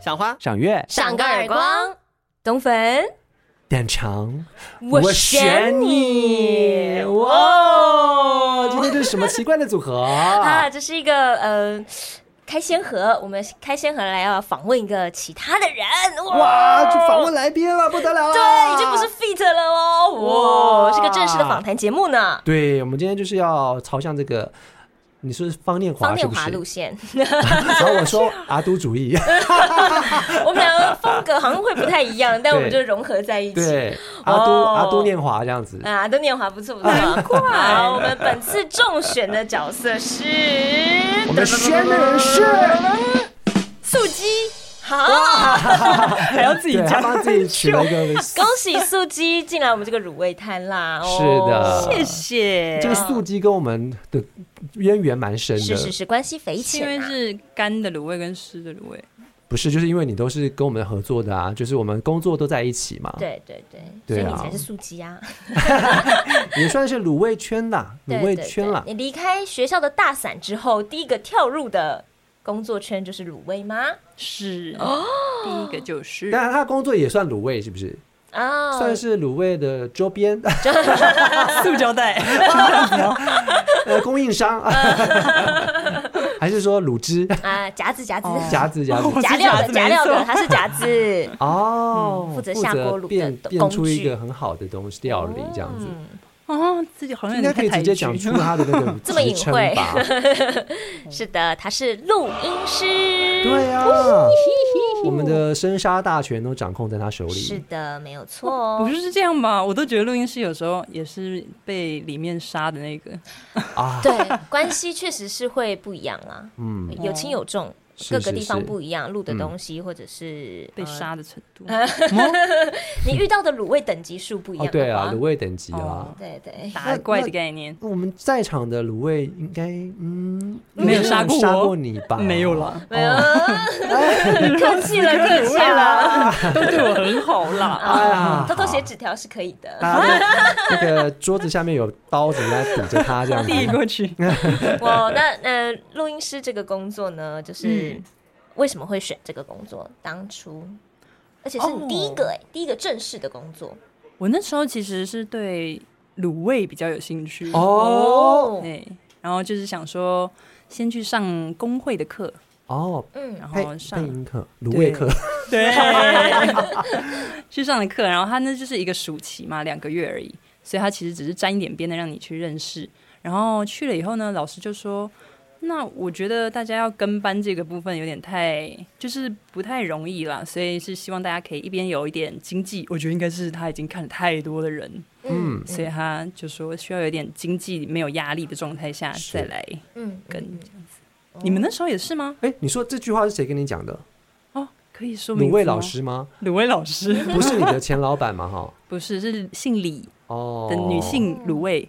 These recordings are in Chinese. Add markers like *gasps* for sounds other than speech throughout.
赏花、赏月、赏个耳光，懂粉，点肠，我选你哇！今天这是什么奇怪的组合？ *laughs* 啊，这是一个呃。开先河，我们开先河来要访问一个其他的人，哇，去访问啊来宾了，不得了！啊对，已经不是 fit 了哦，哇，哇是个正式的访谈节目呢。对，我们今天就是要朝向这个，你是方念华方是念不华是？路线， *laughs* 然后我说阿都主义，我们两个风格好像会不太 *laughs* 一样，但我们就对融合在一起。对，阿都哦阿都念华这样子。啊，都念华不错不错。好，我们本次中选的角色是我们选的人 *laughs* 是，素鸡。好，还要自己对，加他帮自己取了一个， *laughs* 恭喜素鸡进来我们这个卤味摊啦。是哦的，谢谢。啊这个素鸡跟我们的渊源蛮深的，是是是，关系匪是因浅为啊。是干的卤味跟湿的卤味，不是，就是因为你都是跟我们合作的啊，就是我们工作都在一起嘛，对对对，所对以啊你才是素鸡啊。也算是卤味圈啦，对卤对味对，圈啦。你离开学校的大伞之后，第一个跳入的工作圈就是卤味吗？是哦，第一个就是但他工作也算卤味，是不是？啊、算是卤味的周边 *laughs* 啊塑胶 *laughs* 袋，呃供应 *laughs* 商，还是说卤汁啊，夹子夹子、哦 *laughs* 夹子夹子？夹料的是夹子夹料没的，错它是夹子。 *laughs* 哦嗯，负责下锅卤的变工具变出一个很好的东西料理，这样子嗯哦，自己好像应该可以直接讲出他的那个 *laughs* 这么职隐称晦 *laughs* 吧？是的，他是录音师。对啊， *laughs* 我们的生杀大权都掌控在他手是里。的，没有错不哦。是这样 *laughs* 吧？我都觉得录音师有时候也是被里面杀的那个，啊，对，关系确实是会不一样啦，嗯，有轻有重，是各个地是方是不一样，录的嗯东西或者是被呃杀的程度。你遇到的卤味等级数不一哦样。对好啊，吧卤味等级啊哦。对对，打怪的概念我们在场的卤味应该，嗯，没应有该杀过我杀过你吧？没有啦，*laughs* 没有，哦哎客气了，客气了。啊都对我很好 *laughs* 啦。哎呀，偷偷写纸条是可以的。大 *laughs* 家那那个桌子下面有刀子在堵着他这样子。递过去，我那呃，录音师这个工作呢，就是嗯为什么会选这个工作？当初，而且是你第一哦个哎，第一个正式的工作我那时候其实是对卤味比较有兴趣， *laughs* 哦对，然后就是想说先去上工会的课，哦，嗯然配后配上音课、卤味课，对， *laughs* 去上了课，然后他那就是一个暑期嘛，两个月而已，所以他其实只是沾一点边的让你去认识。然后去了以后呢，老师就说：“那我觉得大家要跟班这个部分有点太，就是不太容易啦，所以是希望大家可以一边有一点经济，我觉得应该是他已经看了太多的人，嗯所以他就说需要有点经济没有压力的状态下是再来嗯，跟这样子。你们那时候也是吗？ *laughs* 哎，你说这句话是谁跟你讲的？哦，可以说明卤味老，师 *laughs* 吗？卤味老师 *laughs* 不是你的前老板吗？哈，不是是姓李。”哦，的女性卤味，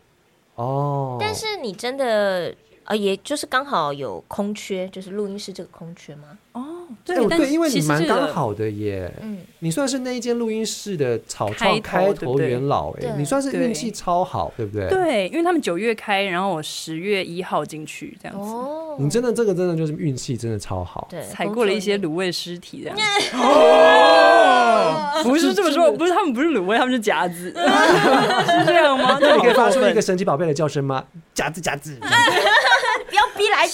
哦，但是你真的呃，也就是刚好有空缺，就是录音师这个空缺吗？哎对我但对，因为其你实蛮这个刚好的耶，嗯，你算是那一间录音室的草创开头开对不头对元老对哎，你算是运气超好，对不对？对，因为他们九月开，然后我十月一号进去，这样子、哦你真的这个真的就是运气真的超好，对踩过了一些卤味尸体，这样。 *laughs* 哦，不是这么说，不是他们不是卤味，他们是夹 *laughs* 子，是 *laughs* 这样吗？那那你可以发出一这个神奇宝贝的叫声吗？夹子夹子，啊不要逼来逼，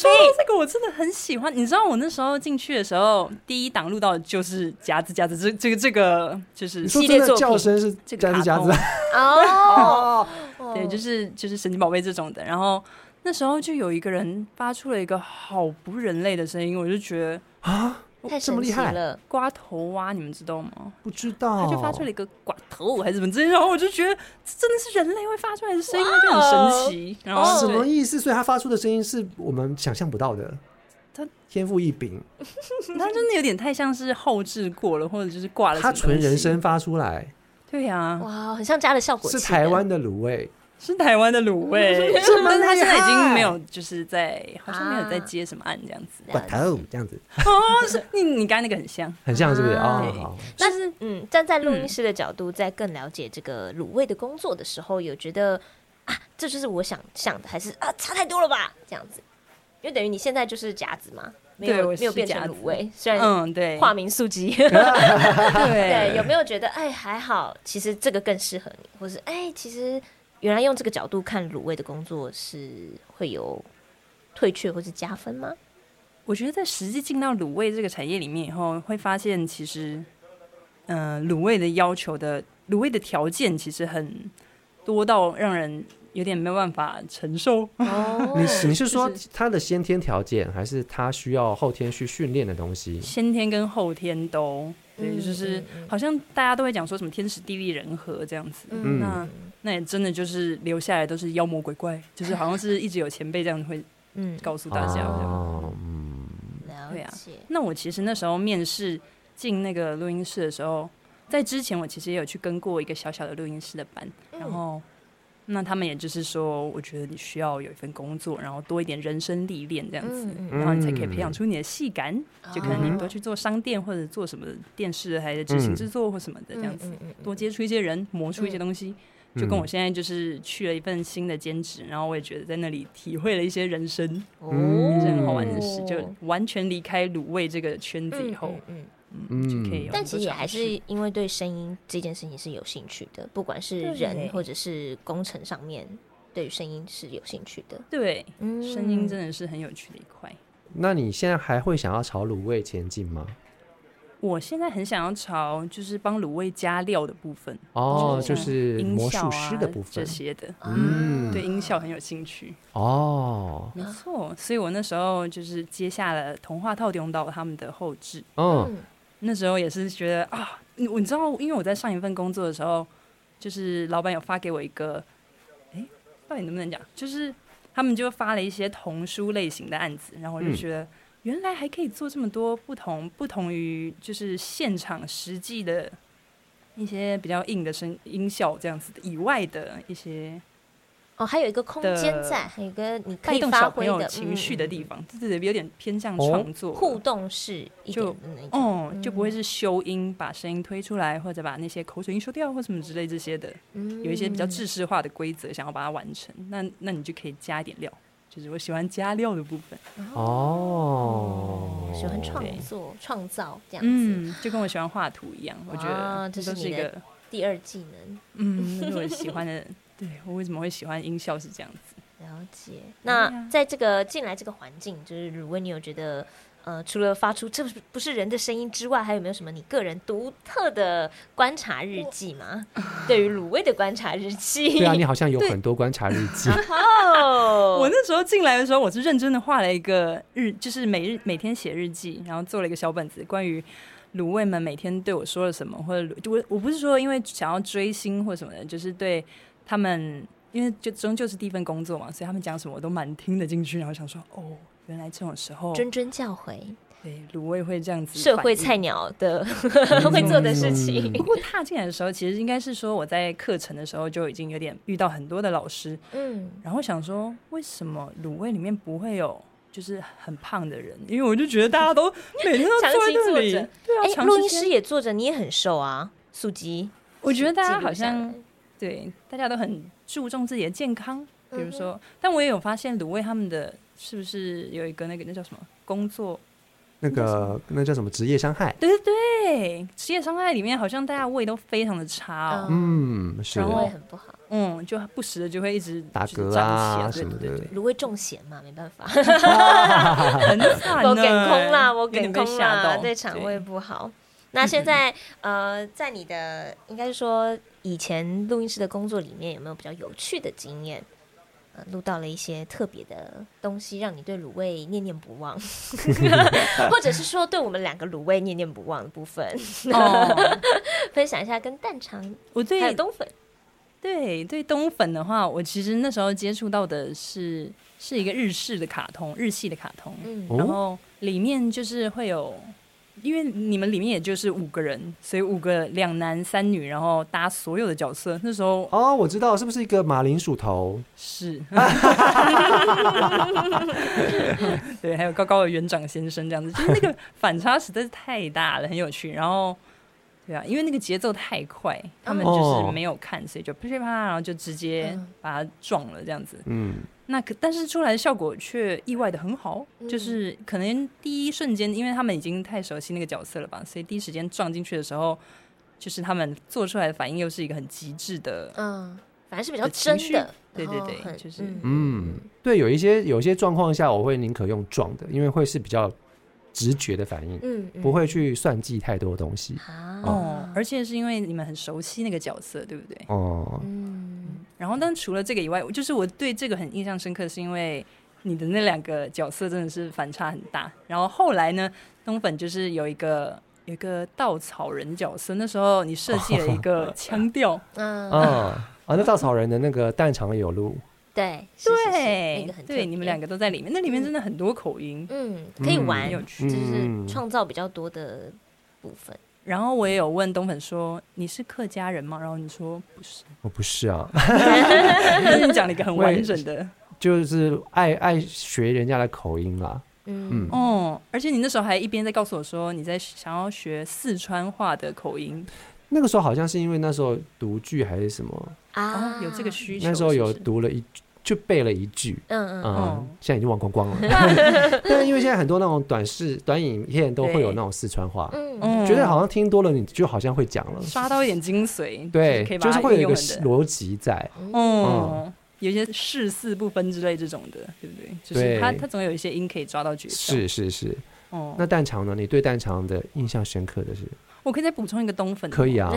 个我真的很喜欢。你知道我那时候进去的时候，第一档录到的就是夹子夹子，这这个这个就是你说系真列的作品叫声是这个夹卡子夹通子，哦，对，就是就是神奇宝贝这种的。然后那时候就有一个人发出了一个好不人类的声音，我就觉得哦太啊哦这神么奇厉害了。瓜头蛙，你们知道吗？不知道，他就发出了一个“寡头”还是怎么之类，然后我就觉得这真的是人类会发出来的声音，就很神奇。然后什么对意思？所以他发出的声音是我们想象不到的。他天赋异禀，他真的有点太像是后置过了，或者就是挂了。他纯人，声啊发出来，对呀、哇，很像加了效果器是的台湾的卤味，是台湾的卤味，这么但是他厉现在已经害没有，就是在好像没有在接什么案这样子。管头这样子，哦，是你你刚才那个很像，很像是不是？啊哦哎对，好但是，嗯，站在录音师的角度，在更了解这个卤味的工作的时候，有觉得啊，这就是我想想的，还是啊，差太多了吧？这样子，因为等于你现在就是夹子嘛，没对有我是没有变成夹子卤味，虽然嗯，对，化名素鸡。对，对有没有觉得哎还好？其实这个更适合你，或是哎，其实原来用这个角度看卤味的工作是会有退却或是加分吗？我觉得在实际进到卤味这个产业里面以后，会发现其实，嗯、卤味的要求的卤味的条件其实很多到让人有点没有办法承受。哦你是你是说就是他的先天条件，还是他需要后天去训练的东西？先天跟后天都，对，嗯就是嗯嗯好像大家都会讲说什么天时地利人和这样子。嗯那那也真的就是留下来都是妖魔鬼怪，就是好像是一直有前辈这样会嗯，告诉大家这样。哦，嗯，了对啊解。那我其实那时候面试进那个录音室的时候，在之前我其实也有去跟过一个小小的录音室的班，嗯然后那他们也就是说，我觉得你需要有一份工作，然后多一点人生历练这样子，嗯嗯然后你才可以培养出你的戏感，就可能哦你多去做商店或者做什么电视还是执行嗯制作或什么的这样子，嗯嗯嗯多接触一些人，磨出一些嗯东西。就跟我嗯现在就是去了一份新的兼职，然后我也觉得在那里体会了一些人生，嗯也哦，是很好玩的事。就嗯完全离开卤味这个圈子以后，嗯嗯嗯嗯，就可以有很多尝试。但其实也还是因为对声音这件事情是有兴趣的，不管是人对或者是工程上面，对于声音是有兴趣的。对，嗯声音真的是很有趣的一块。那你现在还会想要朝卤味前进吗？我现在很想要朝就是帮卤味加料的部分，哦，就就是是音魔效术啊师的部分这。些的，嗯，对，音效很有兴趣。哦，没错，所以我那时候就是接下了童话套用到他们的后置，嗯，那时候也是觉得啊，你你知道，因为我在上一份工作的时候，就是老板有发给我一个，哎、到底能不能讲？就是他们就发了一些童书类型的案子，然后我就嗯觉得。原来还可以做这么多不同不同于就是现场实际的一些比较硬的声音效这样子的以外的一些哦，还有一个空间的在，还有一个你可带以动发小朋挥友的嗯情绪的地方，方，这有点偏向哦创作了、互动式一点就的那种。哦，就不会是修音，把声音推出来，或者把那些口水音修掉，或什么之类这些的，嗯有一些比较制式化的规则，想要把它完成，那那你就可以加一点料，就是我喜欢加料的部分，哦，喜欢创对作、创造这样子。嗯，就跟我喜欢画图一样，我觉哇得这都是是一你的个，第二技能嗯，那是我喜欢的。 *laughs* 对我为什么会喜欢音效是这样子？了解。那在这个进来这个环境，就是如果你有觉得。呃，除了发出这不是不是人的声音之外，还有没有什么你个人独特的观察日记 *laughs* 吗？对于卤味的观察日 *laughs* 记，对啊，你好像有很多观察日记。 *laughs* 哦，我那时候进来的时候，我是认真的画了一个日，就是每日每天写日记，然后做了一个小本子，关于卤味们每天对我说了什么，或者卤我我不是说因为想要追星或什么的，就是对他们，因为就终究是第一份工作嘛，所以他们讲什么我都蛮听得进去，然后想说哦，原来这种时候，谆谆教诲，对卤味会这样子，社会菜。鸟的 *laughs* 会做的事情。不过踏进来的时候，其实应该是说我在课程的时候就已经有点遇到很多的老师，嗯，然后想说，为什么卤味里面不会有就是很胖的人？因为我就觉得大 *laughs* 家都每天都长坐在期坐那里，着对啊，哎，长录时音间师也坐着，你也很瘦啊，素鸡。我觉得大家记录好下像来对大家都很注重自己的健康，嗯比如说，但我也有发现卤味他们的是不是有一个那个那叫什么工作？ *laughs* 那个那叫什么职业伤害？对对对，职业伤害里面好像大家胃都非常的差哦，嗯，是然嗯，后我也很不好，嗯就不时的就会一直打就是嗝胀啊气什么对对的对。芦荟中咸嘛，没办 *laughs* 法，对很惨 *laughs* 呢，我给空啦，我有给点被空吓啦，到，对肠胃不好。那现在呃，在你的应该是说以前录音师的工作里面，有没有比较有趣的经验？呃，录到了一些特别的东西，让你对卤味念念不 *laughs* 忘，或者是说对我们两个卤味念念不忘的部分，哦，分享一下跟蛋肠我 *laughs* 对还有冬粉。对对，冬粉的话，我其实那时候接触到的是是一个日式的卡通，日系的卡通，嗯哦然后里面就是会有，因为你们里面也就是五个人，所以五个两男三女，然后搭所有的角色。那时候哦，我知道，是不是一个马铃薯头？是，对，还有高高的园长先生这样子，就是那个反差实在是太大了，很有趣。然后，对啊，因为那个节奏太快，他们就是哦没有看，所以就噼里啪啦，然后就直接嗯把它撞了这样子。嗯，那可但是出来的效果却意外的很好，嗯就是可能第一瞬间，因为他们已经太熟悉那个角色了吧，所以第一时间撞进去的时候，就是他们做出来的反应又是一个很极致的，嗯，反正是比较的真情绪的，对然对后对很就是嗯，对，有一些有一些状况下，我会宁可用撞的，因为会是比较直觉的反应，嗯，嗯不会去算计太多东西。啊，哦，而且是因为你们很熟悉那个角色，对不对？哦，嗯，然后，但除了这个以外，我就是我对这个很印象深刻，是因为你的那两个角色真的是反差很大。然后后来呢，东粉就是有一个有一个稻草人角色，那时候你设计了一个腔调，哦啊，啊啊，那稻草人的那个蛋场也有录， *laughs* 对，是是是那对个很，嗯对，你们两个，个都在里面，那里面真的很多口音，嗯，可以嗯玩很，有趣。就是嗯，创造比较多的部分。然后我也有问东粉说你是客家人吗？然后你说 *laughs* 不是，我不是啊，但是你讲了一个很完整的就是爱爱学人家的口音啦。嗯嗯哦，而且你那时候还一边在告诉我说你在想要学四川话的口音，那个时候好像是因为那时候读剧还是什么，啊哦，，有这个需求。那时候有是不是读了一就背了一句，嗯嗯嗯哦，现在已经忘光光了。 *laughs* 但是因为现在很多那种短视短影片都会有那种四川话，嗯嗯嗯觉得好像听多了，你就好像会讲了。刷到一点精髓，对可以，把就它是会有应一用个很的，逻辑在。嗯，有一些事四不分之类这种的，对不对？就是对它它总有一些音可以抓到诀窍。是是是。哦，那蛋肠呢？你对蛋肠的印象深刻的是？我可以再补充一个东粉，可以。 *laughs* 啊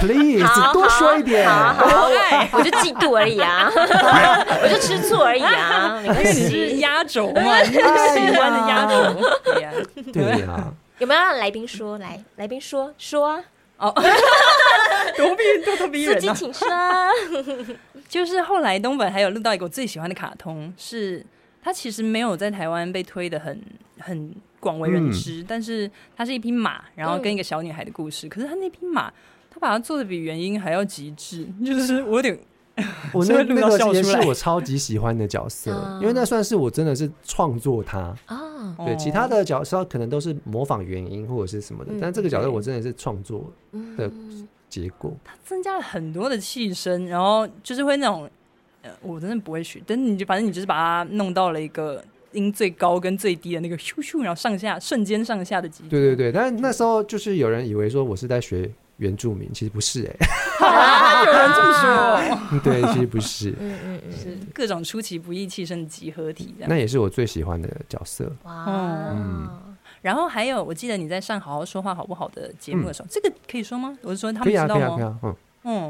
，please 好多说一点。好好，好哎我我就嫉妒而已啊， *laughs* 我就吃醋而已啊，没因关为你是系。压轴嘛，你是喜欢的压轴， *laughs* 对呀。对啊呀，有没有让来宾说？来，来宾说说啊， *laughs* 哦， *laughs* 咄逼咄咄逼司人机啊！ *laughs* 请说。就是后来东本还有录到一个我最喜欢的卡通，是它其实没有在台湾被推的很很广为人嗯知，但是它是一匹马，然后跟一个小女孩的故事。可是它那匹马，它把它做的比原音还要极致， *laughs* 就是我有点 *laughs* 我是那会录到那个笑也出是来我超级喜欢的角色嗯啊，因为那算是我真的是创作它。哦，对，其他的角色可能都是模仿原因或者是什么的嗯，但这个角色对我真的是创作的嗯，结果。增加了很多的气声，然后就是会那种，呃，我真的不会学，但是你就反正你就是把它弄到了一个音最高跟最低的那个咻咻，然后上下瞬间上下的极致。对对对，但那时候就是有人以为说我是在学原住民，其实不是 *laughs* 哎、啊，有人这么说，对，其实不 *laughs* 是，嗯嗯嗯，是各种出其不意气声的集合体这样。那也是我最喜欢的角色。哇，然后还有，我记得你在上《好好说话好不好》的节目的时候，这个可以说吗？我是说嗯他可们以啊，知道可以吗？啊，可以啊，嗯，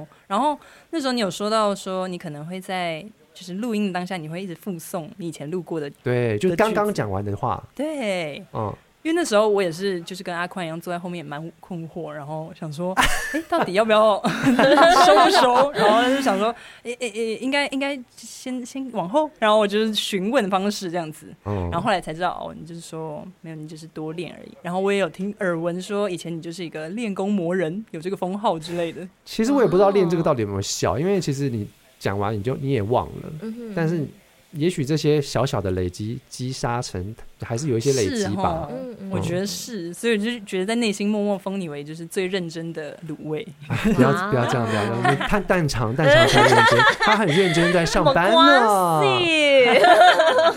嗯，然后那时候你有说到说，你可能会在就是录音的当下，你会一直附送你以前录过的，对，就是的刚句刚讲完的话，对，嗯，因为那时候我也是就是跟阿宽一样坐在后面蛮困惑，然后想 *laughs* 说，哎、到底要不要 *laughs* 收不收？然后就想说，诶诶诶，应该应该先先往后，然后我就是询问的方式这样子，嗯然后后来才知道哦，你就是说没有，你就是多练而已。然后我也有听耳闻说，以前你就是一个练功魔人，有这个封号之类的。其实我也不知道练哦这个到底有没有效，因为其实你讲完你就你也忘了，嗯哼但是也许这些小小的累积积沙成，还是有一些累积是吧哦。嗯嗯我觉得是，所以我就是觉得在内心默默封你为就是最认真的卤味。不要啊不要这样，不要这样，你看蛋肠，蛋肠很认 *laughs* 真，他很认真在上班哇呢。塞，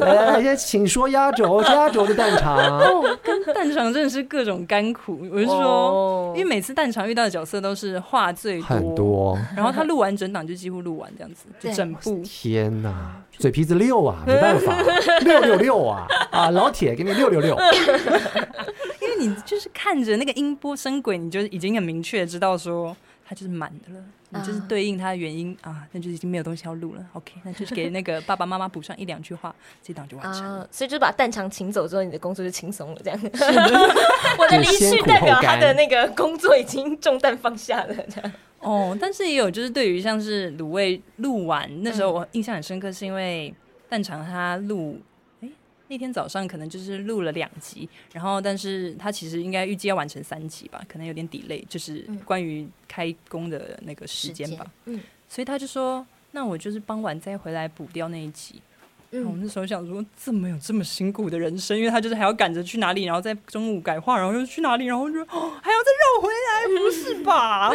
来来来，先请说压轴，压轴的蛋肠。 *laughs* 哦，跟蛋肠真的是各种甘苦。我是说。哦因为每次蛋肠遇到的角色都是话最多，很多，然后他录完整档就几乎录完这样子，就对整部。天哪，嘴皮子溜啊，没办 *laughs* 法，六六六啊啊，老铁给你六六六，因为你就是看着那个音波声轨，你就已经很明确知道说它就是满的了，你就是啊对应它的原因啊，那就已经没有东西要录了。OK，那就是给那个爸爸妈妈补上一两句话，这档就完成了。啊，所以就是把蛋肠请走之后，你的工作就轻松了，这样。我的离就是先去苦代表后他甘的那个工作已经重担放下了，这样。哦，但是也有就是对于像是卤味录完那时候，我印象很深刻，是因为蛋肠他录。诶那天早上可能就是录了两集，然后但是他其实应该预计要完成三集吧，可能有点 delay，就是嗯关于开工的那个时间吧。嗯嗯所以他就说，那我就是傍晚再回来补掉那一集。嗯然后我那时候想说，怎么有这么辛苦的人生？因为他就是还要赶着去哪里，然后在中午改画，然后又去哪里，然后就哦还要再绕回来，不是吧？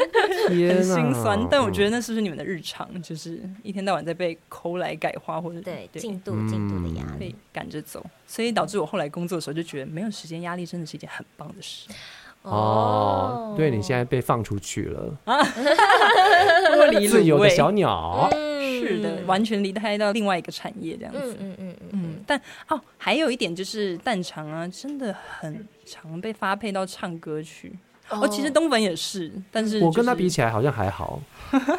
天 *laughs* 很哪！嗯心酸。但我觉得得那是不是你们的日常？就是一天到晚在被抠来改画，或者对对进度进度的压力。被赶着走，所以导致我后来工作的时候就觉得没有时间压力真的是一件很棒 *laughs* 的事。哦，对你现在被放出去了，脱离自由卤的味，小鸟。嗯是的，完全离开到另外一个产业这样嗯子。嗯嗯嗯嗯，但哦，还有一点就是蛋肠啊，真的很常被发配到唱歌去。哦，其实东粉也是，但嗯是我跟他就是比起来好像还好，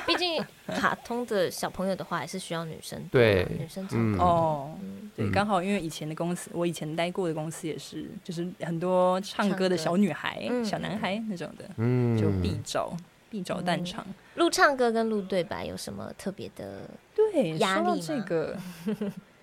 毕竟卡通的小朋友的话，还是需要女生多对女生唱歌。哦，对，嗯刚好因为以前的公司，我以前待过的公司也是，就是很多唱歌的小女孩唱、歌嗯小男孩那种的，嗯，就必找必嗯找蛋场。录唱歌跟录对白有什么特别的？对，压说到力这吗个，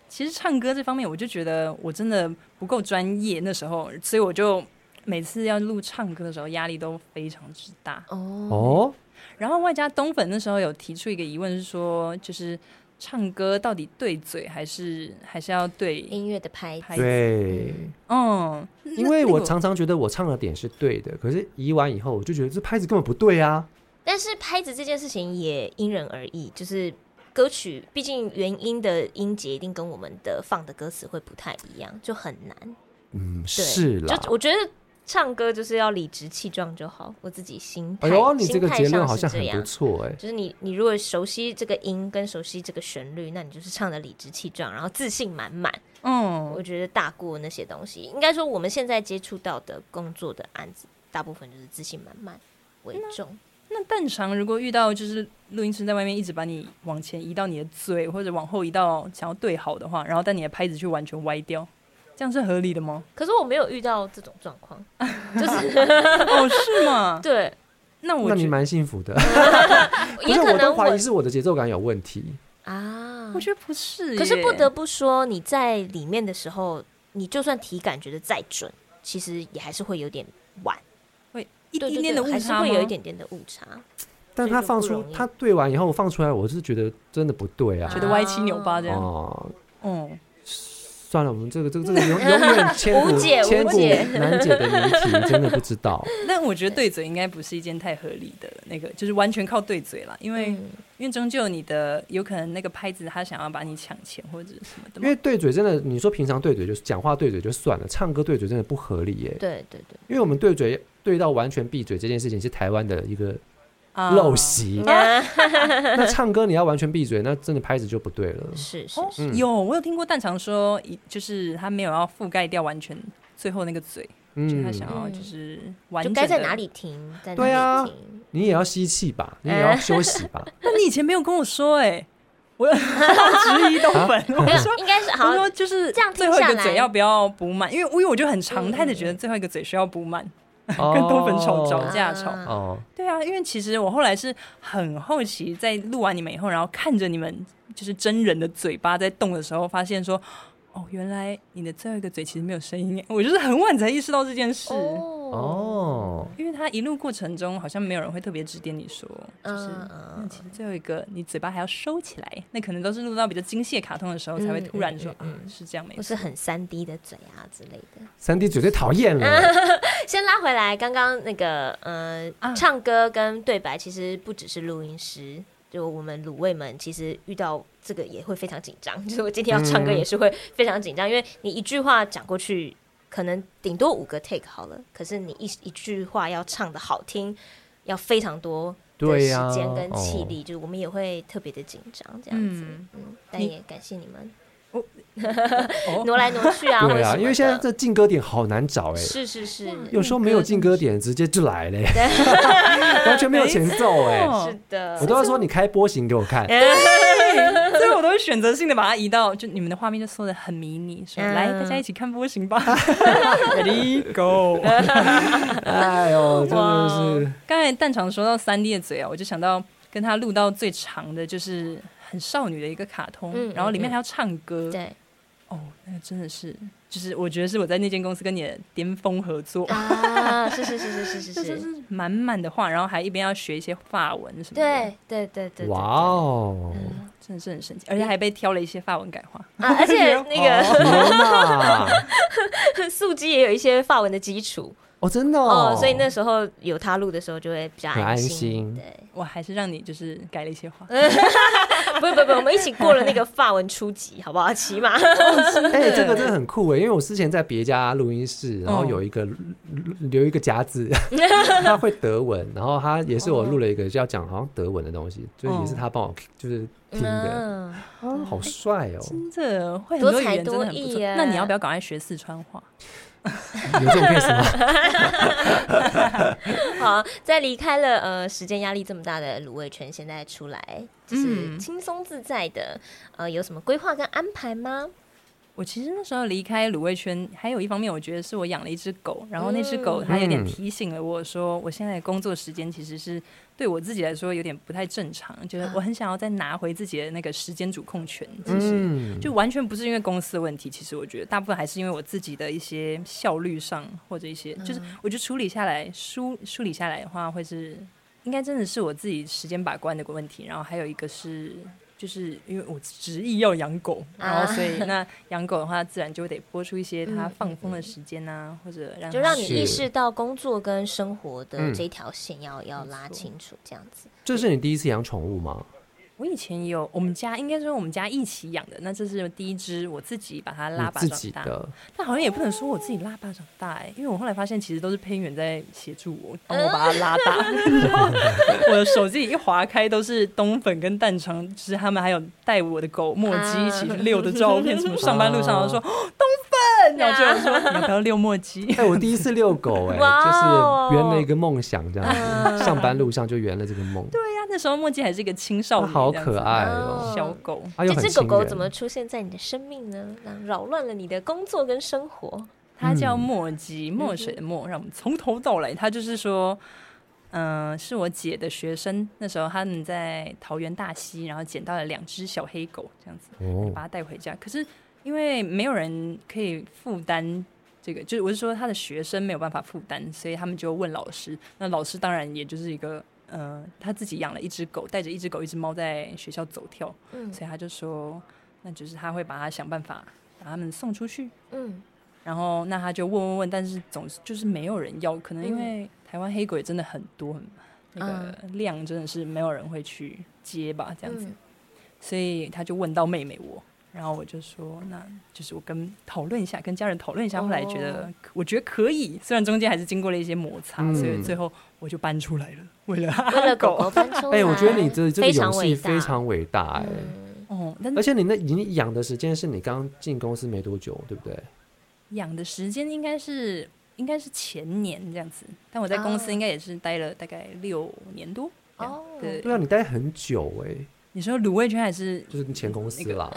其实唱歌这方面，我就觉得我真的不够专业，那时候，所以我就每次要录唱歌的时候，压力都非常之大。哦，哦，然后外加东粉那时候有提出一个疑问，是说就是唱歌到底对嘴还是还是要对？音乐的拍子拍对，嗯，因为那我个常常觉得我唱的点是对的，可是移完以后，我就觉得这拍子根本不对啊。但是拍子这件事情也因人而异，就是歌曲，毕竟原音的音节一定跟我们的放的歌词会不太一样，就很难。嗯，对，是啦。就我觉得唱歌就是要理直气壮就好，我自己心态。哎呦，你这个心态结论上好像是哦这很不样。错哎、就是你，你如果熟悉这个音跟熟悉这个旋律，那你就是唱的理直气壮，然后自信满满。我嗯，觉得大过那些东西。应该说，我们现在接触到的工作的案子，大部分就是自信满满嗯为啊重。那蛋肠如果遇到就是录音师在外面一直把你往前移到你的嘴，或者往后移到想要对好的话，然后但你的拍子却完全歪掉，这样是合理 *laughs* 的吗？可是我没有遇到这种状 *laughs* 况，就是？哦，是 *laughs* 吗对，那我那你觉蛮幸福的。不也是，可我都能怀疑是我的节奏感有问题。啊我。觉得不是耶，可是不得不说，你在里面的时候，你就算体感觉得再准，其实也还是会有点晚，会一对对点点对的误还是差吗会有一点点的误差。但所以他就放不出容易他对完以后放出来，我是觉得真的不对啊觉。得歪七扭八这样。哦，哦，算了，我们这个这个 *laughs* 这个永永远千古无解千无古解难解的谜题，真的不知道。 *laughs* 但我觉得对嘴应该不是一件太合理的那个，就是完全靠对嘴啦，因为、嗯，因为终究你的有可能那个拍子他想要把你抢钱或者什么的因嘛为。对嘴真的，你说平常对嘴就是讲话对嘴就算了，唱歌对嘴真的不合理耶。对对对，因为我们对嘴对到完全闭嘴这件事情是台湾的一个啊陋习。那 *laughs* *laughs* 那唱歌你要完全闭嘴，那真的拍子就不对了。是是哦是，嗯有我有听过蛋肠说，一就是他没有要覆盖掉完全最后那个嘴，就是他嗯，想要就是完就整。该在哪？里停，在对哪啊里停。 *laughs* 你也要吸气 *laughs* 吧，你也要休息吧。那你以前没有跟我说哎、 *laughs* 我质疑豆粉，我没说有，应该是好 *laughs* 我。说就是这样听最后一下个来嘴要不要补满？因为因为我就很嗯常态的觉得最后一个嘴需要补满。哦 *laughs* 跟多粉吵架吵啊吵哦，对啊，因为其实我后来是很好奇，在录完你们以后，然后看着你们就是真人的嘴巴在动的时候，发现说，哦，原来你的最后一个嘴其实没有声音耶，我就是很晚才意识到这件事。哦，因为他一路过程中，好像没有人会特别指点你说，就是、嗯嗯那其实最后一个你嘴巴还要收起来，那可能都是录到比较精细的卡通的时候，嗯才会突然说、啊，是这样没或错是。很三 D 的嘴啊之类的。三 D 嘴最讨厌 *laughs* 了。先拉回来，刚刚那个呃，啊唱歌跟对白其实不只是录音师，就我们卤味们其实遇到这个也会非常紧张。 *laughs* 就是我今天要唱歌也是会非常紧张，因为你一句话讲过去，可能顶多五个 take 好了，可是你一一句话要唱的好听，要非常多。的对时呀间跟气哦力，就是我们也会特别的紧张，这样子。嗯嗯但你也感谢你们 *laughs* 哦挪来挪去啊，或对者什啊，么因为现在的这进歌点好难找哎，是是是，有时候没有进歌点，直接就来 *laughs* 嘞， *laughs* 完全没有前奏哎。哦是的我， *laughs* 都要说你开波形给我看，所以我都会选择性的把它移到，就你们的画面就缩的很迷你，说、嗯来大家一起看波形吧，Ready Go。哎呦，真的是刚才蛋长说到三 D 的嘴啊，我就想到跟他录到最长的就是很少女的一个卡通，嗯然后里面还要唱歌，对，哦，那个真的是，就是我觉得是我在那间公司跟你的巅峰合作，啊，是是是是是就是是是，是满满的话，然后还一边要学一些法文什么的，对对对对，对哇，哦，真的是很神奇，而且还被挑了一些法文改话。啊，而 *laughs* *laughs* 且那个哦天哪！ *laughs* 素鸡也有一些发文的基础哦，真的哦哦，所以那时候有他录的时候就会比较很安心。心对，我还是让你就是改了一些话，不不不，我们一起过了那个发文初级，好不好？*laughs* 起码哎、这个真的很酷哎，因为我之前在别家录音室，然后有一个、留一个夹子，他会德文，然后他也是我录了一个要讲好像德文的东西，就是也是他帮我就是听的，嗯，啊，好帅哦，真的会很多才多语言真的很不错多艺啊耶。那你要不要赶快学四川话？有这种 case 吗？好，在离开了呃时间压力这么大的卤味圈，现在出来就是嗯轻松自在的，呃，有什么规划跟安排吗？我其实那时候离开卤味圈，还有一方面，我觉得是我养了一只狗，然后那只狗它有点提醒了我说，我现在的工作时间其实是对我自己来说有点不太正常，就是我很想要再拿回自己的那个时间主控权。其实、嗯，就完全不是因为公司的问题，其实我觉得大部分还是因为我自己的一些效率上，或者一些、就是嗯我觉得处理下来梳梳理下来的话，会是应该真的是我自己时间把关的问题，然后还有一个是。就是因为我执意要养狗，然后所啊以那养狗的话，自然就得播出一些它放风的时间啊，或者嗯让它就让你是意识到工作跟生活的嗯这条线要、要拉没错清楚，这样子。这是你第一次养宠物吗？我以前也有我们家，应该说我们家一起养的，那这是第一只我自己把它拉你拔自长己大的，但好像也不能说我自己拉巴掌大哎、因为我后来发现其实都是配音员在协助我，帮我把它拉大。 *laughs* 然后我的手机一划开都是冬粉跟蛋肠，就是他们还有带我的狗墨啊鸡一起去遛的照片，什么上班路上然后说、哦、冬粉，然后就有人说你要不要遛墨鸡？哎、我第一次遛狗 *laughs* 哎、哇哦嗯就是圆了一个梦想这样子，上班路上就圆了这个梦，对啊呀、那时候墨鸡还是一个青少它年，好可爱哦、哦小狗。它又这很只狗亲狗人怎么出现在你的生命呢？让扰乱了你的工作跟生活。它叫墨迹，墨水的墨，让我们从头到来。它就是说，嗯、是我姐的学生，那时候他们在桃园大溪，然后捡到了两只小黑狗，这样子哦嗯把它带回家。可是因为没有人可以负担。这个就是我是说，他的学生没有办法负担，所以他们就问老师。那老师当然也就是一个，呃，他自己养了一只狗，带着一只狗、一只猫在学校走跳，嗯所以他就说，那就是他会把它想办法把他们送出去，嗯，然后那他就问问问，但是总是就是没有人要，可能因为台湾黑狗也真的很多，很那个量真的是没有人会去接吧，这样子，嗯所以他就问到妹妹我，然后我就说，那就是我跟讨论一下，跟家人讨论一下，哦后来觉得、我觉得可以，虽然中间还是经过了一些摩擦，嗯所以最后我就搬出来了，为了为了狗狗搬出来。哎、我觉得你这这个非勇常气伟大非常伟大哎、嗯 *laughs* 哦，但而且是你那你养的时间是你刚进公司没多久，对不对？养的时间应该是应该是前年这样子，但我在公司哦应该也是待了大概六年多。这样哦 *laughs* 对，对啊，你待很久哎、你说卤味圈还是就是你前公司啦，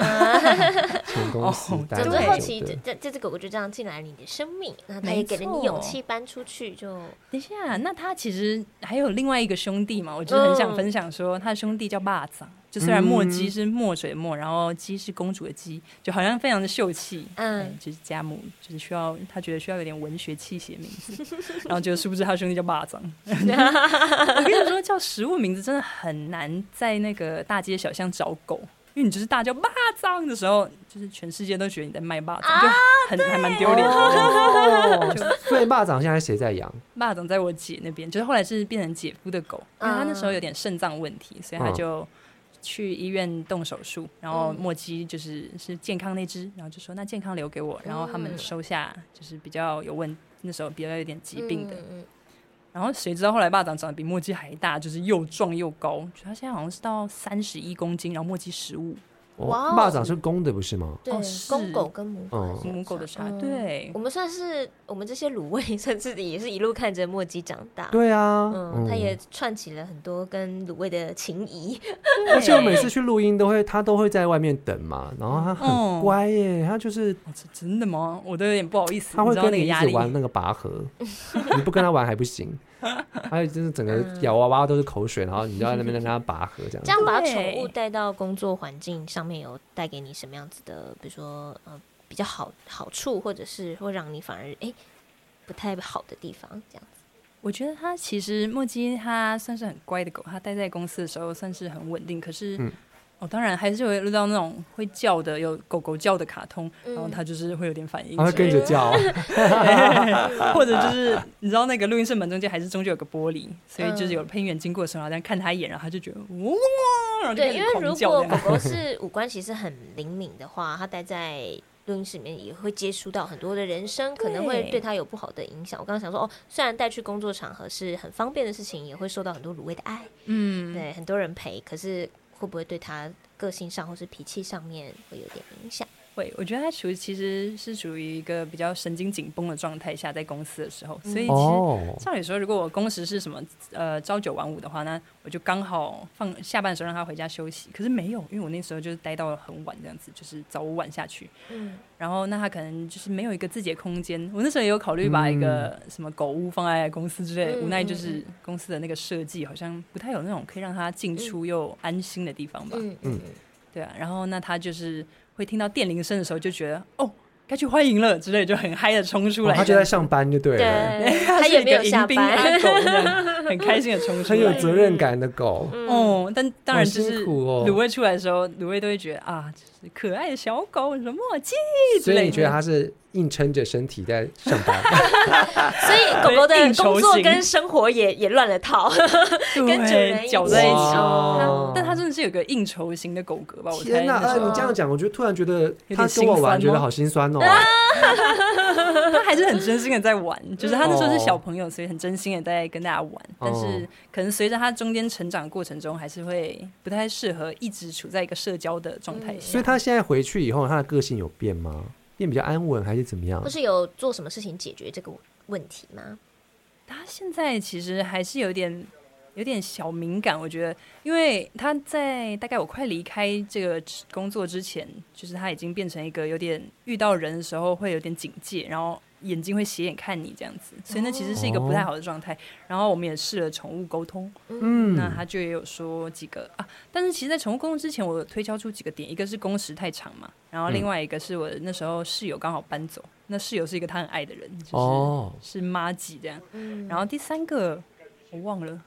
*laughs* 前公公司司待对总很之对嗯后久期这的。这这只狗狗就这样进来你的生命，然后它没也给了你错勇气搬出去，就等一下，那他其实还有另外一个兄弟嘛，我就是很想分享说，他的兄弟叫霸掌，就虽然墨姬是墨水的墨，然后姬是公主的姬，就好像非常的秀气，嗯嗯，就是家母，就是需要他觉得需要有点文学气息的名字， *laughs* 然后结果殊不知他兄弟叫霸掌。 *laughs* 我跟你说，叫食物名字真的很难在那个大街小巷找狗。因为你就是大叫“霸掌”的时候，就是全世界都觉得你在卖霸掌，就很还蛮丢脸的。哦， *laughs* 所以蚂蚱现在谁在养？霸总在我姐那边，就是后来是变成姐夫的狗，因为他那时候有点肾脏问题，所以他就去医院动手术。然后墨姬就是是健康那只，然后就说那健康留给我，然后他们收下就是比较有问，那时候比较有点疾病的。嗯然后谁知道后来霸总长得比墨姬还大，就是又壮又高，就他现在好像是到三十一公斤，然后墨姬十五，哦哇哦蚂蚱是公的不是吗？对哦，是公狗跟母狗嗯的相差，母狗的啥？嗯。对我，们算是我们这些卤味， *laughs* 算是也是一路看着墨姬长大。对啊，嗯，它也串起了很多跟卤味的情谊。 *laughs* 而且我每次去录音都会，他都会在外面等嘛，然后他很嗯乖耶，他就是哦这真的吗？我都有点不好意思，他会你知道跟那你个一压起力。玩那个拔 *laughs* 河，你不跟他玩还不行，还有就是整个咬娃娃都是口水，然后你就在那边跟他拔河这样 *laughs* 子。这样把对宠物带到工作环境上面，有带给你什么样子的，比如说呃比较好好处，或者是会让你反而哎不太好的地方，这样子。我觉得它其实墨基它算是很乖的狗，它待在公司的时候算是很稳定。可是，嗯哦，当然还是会遇到那种会叫的，有狗狗叫的卡通，嗯然后它就是会有点反应它会之类跟的，着 *laughs* 叫， *laughs* 或者就是你知道那个录音室门中间还是终究有个玻璃，所以就是有配音员经过的时候，然后但看它一眼，然后它就觉得嗡嗡嗡，然后就开对，因始为狂如叫果这狗样。*laughs* 嗯狗是五官其实很灵敏的话，它待在录音室里面也会接触到很多的人声，可能会对对它有不好的影响。我刚刚想说，哦，虽然带去工作场合是很方便的事情，也会受到很多卤味的爱，嗯，对，很多人陪，可是会不会对它个性上或是脾气上面会有点影响？会，我觉得它处于其实是处于一个比较神经紧绷的状态下，在公司的时候，所以其实哦，照理说，如果我工时是什么呃朝九晚五的话，那我就刚好放下班的时候让他回家休息。可是没有，因为我那时候就是待到很晚这样子，就是早午晚下去。嗯，然后那他可能就是没有一个自己的空间。我那时候也有考虑嗯把一个什么狗屋放在公司之类嗯的，无奈嗯就是公司的那个设计好像不太有那种可以让他进出又安心的地方吧。嗯嗯对啊，然后那他就是会听到电铃声的时候就觉得哦。该去欢迎了之类，就很嗨的冲出来哦这样子、他就在上班就对了，对， *laughs* 他它是也一没个有迎下宾阿班。狗这 *laughs* 样，很开心的冲出很有来。责任感的狗，嗯哦，但当然就好是辛苦哦卤味出来的时候，卤味都会觉得啊，就是可爱的小狗，什么墨镜之所以类你觉得的。它是硬撑着身体在上班？所以狗狗 *laughs* 的应酬工作型跟生活也也乱了套， *laughs* 跟主人 *laughs* 对，一搅起在一起。哇但它真的是有个应酬型的狗格哦吧？我猜天哪、那时呃候你这样讲，我就突然觉得有他点跟我心酸玩，哦觉得好心酸哦。它还是很真心的在嗯玩，就是它那时候是哦小朋友，所以很真心的在跟大家玩。但是可能随着它中间成长过程中，还是会不太适合一直处在一个社交的状态嗯所下以。他现在回去以后，他的个性有变吗？变比较安稳还是怎么样或？是有做什么事情解决这个问题吗？他现在其实还是有点有点小敏感，我觉得，因为他在大概我快离开这个工作之前，就是他已经变成一个有点遇到人的时候会有点警戒，然后眼睛会斜眼看你这样子，所以那其实是一个不太好的状态。然后我们也试了宠物沟通，嗯，那他就也有说几个啊，但是其实，在宠物沟通之前，我有推敲出几个点，一个是工时太长嘛，然后另外一个是我那时候室友刚好搬走，那室友是一个他很爱的人，就是、哦是妈吉这样。嗯，然后第三个我忘了，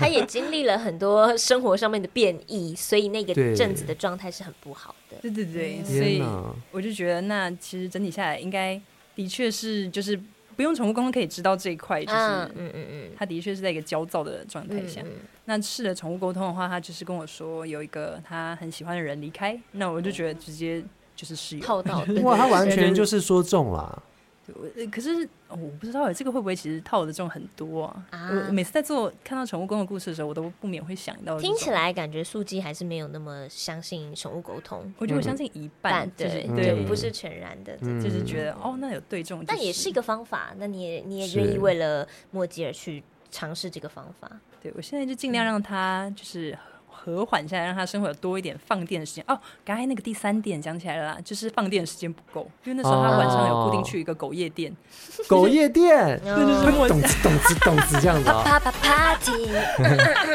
他也经历了很多生活上面的变异，所以那个对阵子的状态是很不好的。对对对，所天以哪，我就觉得那其实整体下来应该的确是就是不用宠物沟通可以知道这一块，就嗯是嗯嗯它的确是在一个焦躁的状态嗯，下。嗯那试了宠物沟通的话，他就是跟我说有一个他很喜欢的人离开，那我就觉得直接就是室嗯友。套到对哇，对他完对对全对就是说中了。对我呃可是、哦我不知道这个会不会其实套的这种很多啊？啊我每次在做看到宠物沟通的故事的时候，我都不免会想到。听起。来感觉素鸡还是没有那么相信宠物沟通，我觉得我相信一半但，就是对对就不是全然的，嗯就是觉得哦，那有对中，但也是一个。个方法。那你也你也是愿意为了莫吉尔去尝试这个方法？对我现在就尽量让他就是和缓下来，让他生活有多一点放电的时间。哦，刚才那个第三点讲起来了啦，就是放电的时间不够，因为那时候他晚上有固定去一个狗夜店，狗夜 *laughs* 店，那就是会咚子咚子咚子这样子啊， *laughs* 啪啪 party，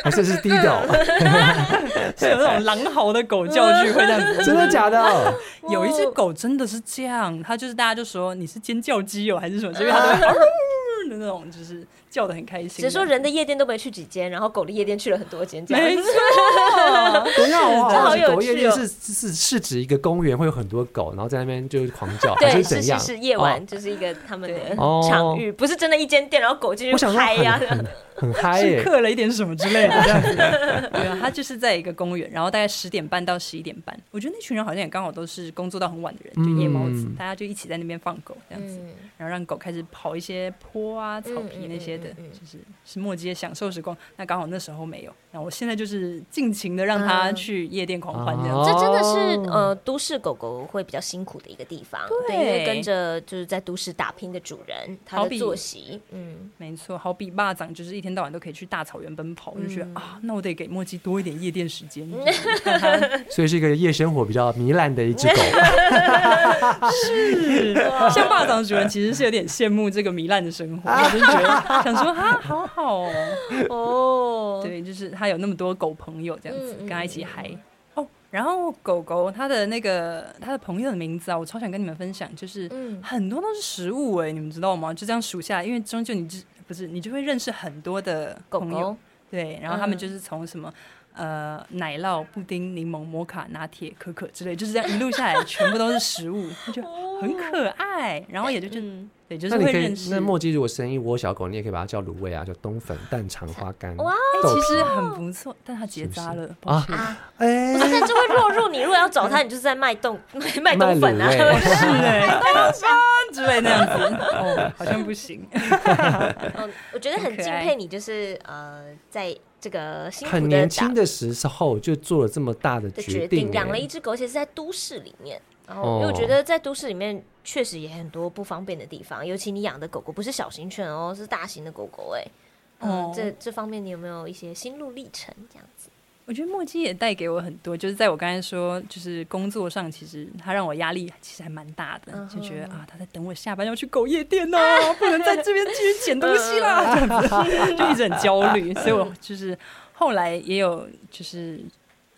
好像是 d i 嗯 d 是有那种狼嚎的狗叫 *laughs* 聚会这样子。真的假的？有一只狗真的是这样，它就是大家就说你是尖叫鸡哦还是什么，所以它 *laughs* 都会嗷的那种，就是叫的很开心。只是说人的夜店都没去几间，然后狗的夜店去了很多间，这样没子。错，等一下，我这好好像有狗夜趣店哦是是是是指一个公园会有很多狗，然后在那边就是狂叫，还对，是怎是样？是，夜晚就是一个他们的对哦场域，不是真的一间店，然后狗进我去想说嗨呀、很 *laughs* 哦很很嗨是耶，刻了一点什么之类 *laughs* 的这样子。哎对啊，他就是在一个公园，然后大概十点半到十一点半，我觉得那群人好像也刚好都是工作到很晚的人，就夜猫子，嗯大家就一起在那边放狗这样子，嗯然后让狗开始跑一些坡啊、草皮那些的，嗯嗯嗯嗯就是是末街享受时光。那刚好那时候没有，然后我现在就是尽情的让它嗯去夜店狂欢这样哦子。这真的是呃，都市狗狗会比较辛苦的一个地方，对，对因为跟着就是在都市打拼的主人，他好的比作息，嗯，没错，好比霸掌就是一天到晚都可以去大草原奔跑，我就觉得嗯啊，那我得给墨迹多一点夜店时 *laughs* 间，嗯就是让它所以是一个夜生活比较糜烂的 *laughs* 一只狗。是，像霸掌的主人其实是有点羡慕这个糜烂的生活，啊我就觉得想说啊，好好 *laughs* 哦。哦，对，就是他有那么多狗朋友这样子，嗯嗯跟他一起嗨。哦，然后狗狗它的那个它的朋友的名字啊，我超想跟你们分享，就是嗯很多都是食物哎、你们知道吗？就这样数下来，因为终究你就不是你就会认识很多的狗朋友狗，对，然后他嗯们就是从什么。呃，奶酪、布丁、柠檬、摩卡、拿铁、可可之类，就是这样一路下来，全部都是食物，就很可爱。然后也就就、哦嗯，对，就是那你会可以认，识。那墨迹如果生一窝小狗，你也可以把它叫卤味啊，叫冬粉、蛋肠、花干。哇豆其皮实很不错，但他结扎啊了抱歉哎，不是，这就会落入你。如果要找他，你就是在卖冻卖冻粉卖卤啊味。是 *laughs* 哎，刀伤之类那样子，哦，好像不行。嗯，我觉得很很可敬爱佩你，就是呃，在这个辛苦很的年打轻的时候就做了这么大的的决决定定，哎，养了一只狗，而且是在都市里面。然哦后，因为我觉得在都市里面确实也很多不方便的地方，尤其你养的狗狗不是小型犬哦，是大型的狗狗哎。嗯哦，这这方面你有没有一些心路历程这样子？我觉得墨迹也带给我很多，就是在我刚才说，就是工作上，其实他让我压力其实还蛮大的，嗯就觉得啊，他在等我下班要去狗夜店哦，不能在这边继续捡东西啦，嗯这样 *laughs* 子就一直很焦虑。所以我就是后来也有就是，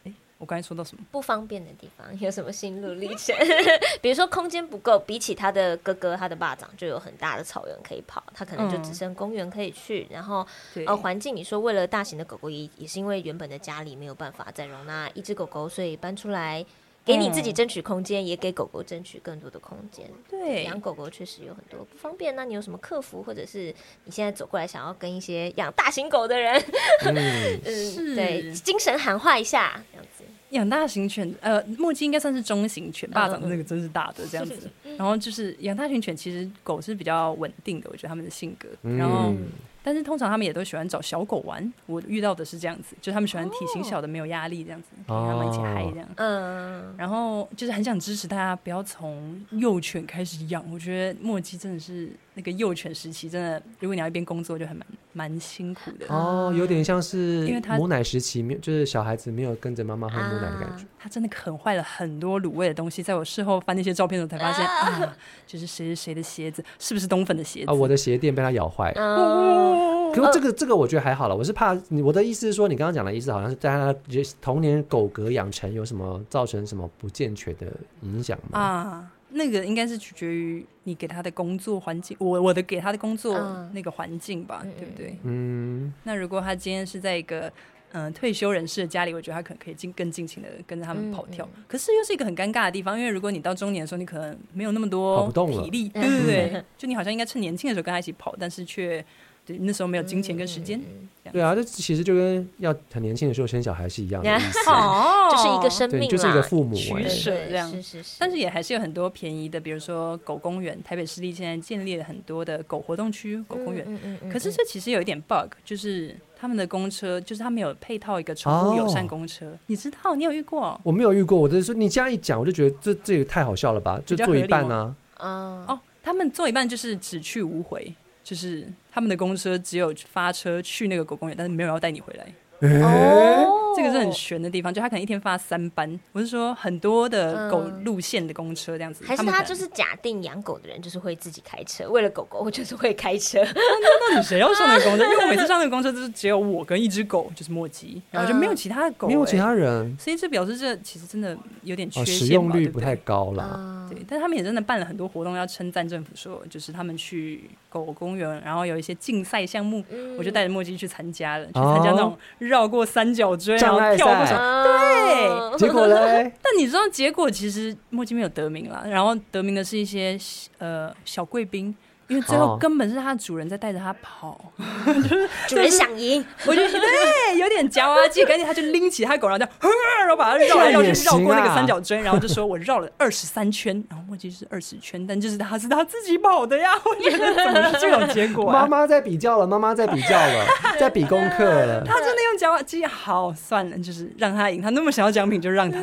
哎，我刚才说到什么？不方便的地方有什么心路历程？ *laughs* 比如说空间不够，比起他的哥哥、他的爸长就有很大的草原可以跑，他可能就嗯只剩公园可以去。然后对，呃，环境你说为了大型的狗狗也也是因为原本的家里没有办法再容纳一只狗狗，所以搬出来给你自己嗯争取空间，也给狗狗争取更多的空间。对，养狗狗确实有很多不方便，那你有什么克服，或者是你现在走过来想要跟一些养大型狗的人，嗯，嗯， *laughs* 是对，精神喊话一下，这样子，嗯养大型犬，呃，墨迹应该算是中型犬，霸嗯嗯掌那个真是大的这样子。然后就是养大型犬，其实狗是比较稳定的，我觉得它们的性格。 *laughs* 然后，嗯但是通常它们也都喜欢找小狗玩。我遇到的是这样子，就是它们喜欢体型小的，没有压力这样子，陪它们一起嗨哦这样。嗯，然后就是很想支持大家不要从幼犬开始养，我觉得墨迹真的是那个幼犬时期，真的如果你要一边工作就很蛮蛮辛苦的。哦，有点像因为是它母奶时期，没有就是小孩子没有跟着妈妈喝母奶的感觉。他真的啃坏了很多卤味的东西，在我事后翻那些照片的时候才发现啊就是谁谁谁的鞋子，是不是冬粉的鞋子？啊，我的鞋垫被它咬坏。哦嗯，可是这个这个我觉得还好了，我是怕你我的意思是说，你刚刚讲的意思好像是在他童年狗格养成有什么造成什么不健全的影响吗？啊，那个应该是取决于你给他的工作环境，我我的给他的工作嗯那个环境吧，嗯对不对？嗯，那如果他今天是在一个嗯、呃退休人士的家里，我觉得他可能可以尽更尽情的跟着他们跑嗯跳。可是又是一个很尴尬的地方，因为如果你到中年的时候，你可能没有那么跑多不动了体 *laughs* 力，对对嗯对，就你好像应该趁年轻的时候跟他一起跑，但是却对那时候没有金钱跟时间。嗯对啊，这其实就跟要很年轻的时候生小孩是一样的意思。 *laughs* 嗯哦啊就是一个生对，命你啦，就是一个父母、取哎对舍对这样是是是，但是也还是有很多便宜的，比如说狗公园，台北市立现在建立了很多的狗活动区、狗公园。嗯，嗯嗯可是嗯这其实有一点 bug，就是他们的公车，就是他们有配套一个宠物友善哦公车，你知道，你有遇过我没有遇过，我就是说你这样一讲，我就觉得这这也太好笑了吧？就比较做一合理半啊吗呢、嗯，哦？他们做一半就是只去无回，就是他们的公车只有发车去那个狗公园，但是没有要带你回来。哦 *laughs* 这个是很悬的地方，就他可能一天发三班，我是说很多的狗嗯路线的公车这样子，还是们可他能就是假定养狗的人就是会自己开车，为了狗狗就是会开 *laughs* 车，谁要上那个公 *laughs* 车？因为我每次上那个公车，就是只有我跟一只狗，就是墨迹，然后就没有其他的狗、嗯没有其欸，他人所以这表示这其实真的有点缺哦，使陷用嘛、率对不不太对高啦。嗯对，但他们也真的办了很多活动，要称赞政府说，就是他们去狗公园，然后有一些竞赛项目，嗯哦我就带着墨迹去参加了，去参加那种绕过三角锥，然障后碍跳过什么。嗯对结果 *laughs* 嘞，但你知道结果其实墨迹没有得名了，然后得名的是一些呃小贵宾，因为最后哦根本是它的主人在带着它跑。主人想赢，我就对，有点夹娃娃机，赶紧他就拎起他狗，然后就， *laughs* 然后把它绕来绕去，这样绕也行啊过那个三角锥，然后就说我绕了 *laughs* 二十三圈，然后墨迹是二十圈，但就是他是他自己跑的呀，我觉得怎么是这种结果妈啊？妈在比较了，妈妈在比较 *laughs* 了，在比功课了。他真的用夹娃娃机，好算了，就是让他赢，他那么想要奖品 *laughs* 就让他，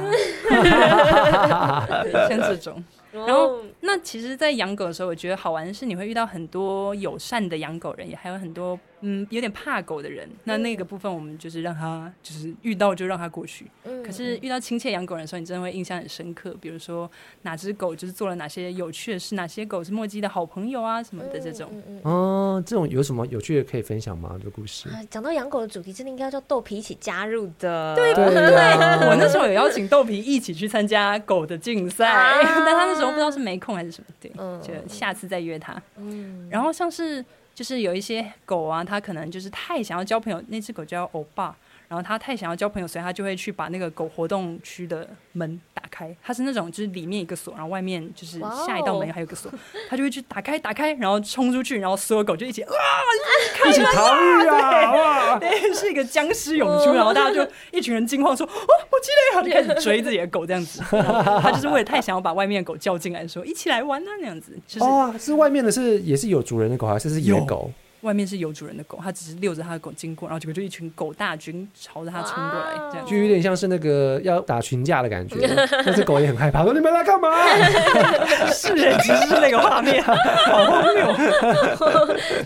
对像这种。然然后，那其实，在养狗的时候，我觉得好玩的是，你会遇到很多友善的养狗人，也还有很多嗯有点怕狗的人，那那个部分我们就是让他就是遇到就让他过去。嗯可是遇到亲切养狗人的时候，你真的会印象很深刻。比如说哪只狗就是做了哪些有趣的事，哪些狗是墨迹的好朋友啊什么的这种。嗯嗯嗯哦，这种有什么有趣的可以分享吗？这个故哎事？啊，讲到养狗的主题，真的应该叫豆皮一起加入的，对对 *laughs* 呀我那时候有邀请豆皮一起去参加狗的竞赛，啊 *laughs* 但他那时候不知道是没空还是什么，对，嗯就下次再约他。嗯，然后像是就是有一些狗啊，它可能就是太想要交朋友，那只狗叫欧巴，然后它太想要交朋友，所以它就会去把那个狗活动区的门打开。它是那种就是里面一个锁，然后外面就是哇哦下一道门还有一个锁，它就会去打开打开，然后冲出去，然后所有狗就 *laughs* 一起啊，一起逃狱啊！哇，对，是一个僵尸涌哦出，然后大家就一群人惊慌说哦，我进来了，就开始追自己的狗这样子。然后它就是为了太想要把外面的狗叫进来，说一起来玩啊那样子， *laughs* 就是哦，是外面的是也是有主人的狗，还是是野有狗？外面是有主人的狗，它只是遛着它的狗经过，然后结果就一群狗大军朝着它冲过来，这样哇就有点像是那个要打群架的感 *laughs* 觉，但是狗也很害怕，说你们来干嘛？是人只是那个画面，好荒谬。 *laughs*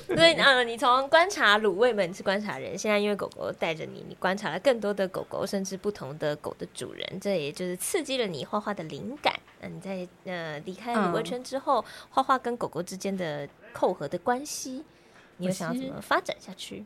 所以嗯，你从观察卤味们是观察人，现在因为狗狗带着你，你观察了更多的狗狗，甚至不同的狗的主人，这也就是刺激了你画画的灵感。那你在呃离开嗯卤味圈之后，画画跟狗狗之间的扣合的关系，你又我想要是怎么发展下去？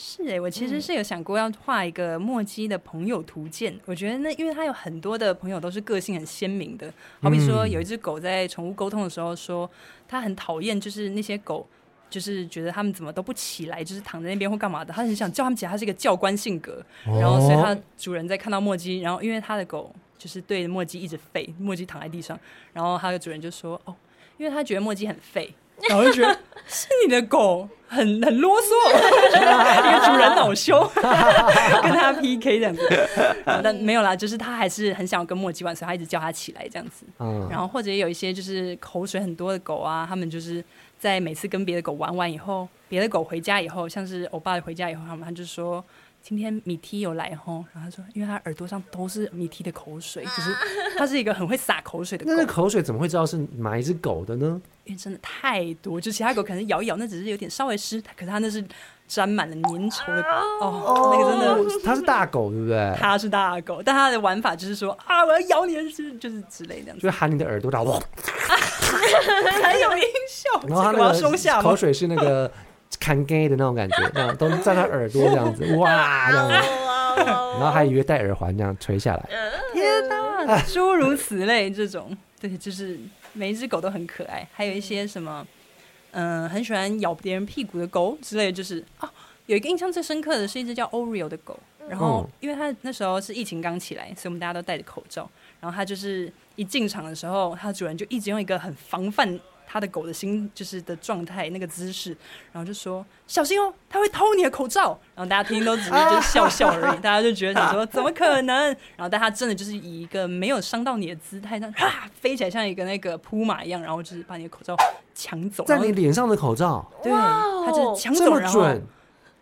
是哎、我其实是有想过要画一个墨基的朋友图鉴，我觉得那因为它有很多的朋友都是个性很鲜明的，好比说嗯有一只狗在宠物沟通的时候说，它很讨厌就是那些狗。就是觉得它们怎么都不起来，就是躺在那边或干嘛的，它很想叫它们起来，它是一个教官性格，然后所以它的主人在看到墨迹，然后因为它的狗就是对墨迹一直吠，墨迹躺在地上，然后它的主人就说：“哦，因为他觉得墨迹很废。” *laughs* 然后就觉得是你的狗很很啰 *laughs* 嗦，一个主人恼羞， *laughs* 跟他 PK 这样子， *laughs* 然后但没有啦，就是他还是很想跟墨迹玩，所以他一直叫他起来这样子。嗯，然后或者也有一些就是口水很多的狗啊，他们就是在每次跟别的狗玩完以后，别的狗回家以后，像是欧巴回家以后，他们他就说。今天米踢有来吼，然后他说，因为他耳朵上都是米踢的口水，就是他是一个很会撒口水的狗嗯那，那口水怎么会知道是哪一只狗的呢？因为真的太多，就其他狗可能咬一咬，那只是有点稍微湿，可是它那是沾满了粘稠的，啊哦，那个真的，它是大狗，对不对？它是大狗，但它的玩法就是说啊，我要咬你，就是就是之类 *laughs* 这样子，就喊你的耳朵，然 *laughs* 后哇，很有音效，这然个后它我那要松个下口吗？水是那 *laughs* 个看 gay 的那种感觉，这样都在它耳朵这样 *laughs* 子，哇，这样子，然后还以为戴耳环这样垂下呃来。天哪，诸如此类这种， *laughs* 对，就是每一只狗都很可爱，还有一些什么，嗯、很喜欢咬别人屁股的狗之类的，就是哦，有一个印象最深刻的是一只叫 Oreo 的狗，然后嗯因为它那时候是疫情刚起来，所以我们大家都戴着口罩，然后它就是一进场的时候，它主人就一直用一个很防范。它的狗的心就是的状态，那个姿势，然后就说小心哦，它会偷你的口罩。然后大家听都只是就是笑笑而已， *laughs* 大家就觉得想说怎么可能？然后但它真的就是以一个没有伤到你的姿态，那哈飞起来像一个那个扑马一样，然后就是把你的口罩抢走，在然后哦你脸上的口罩对，哇哦它就是抢这走，么然后准，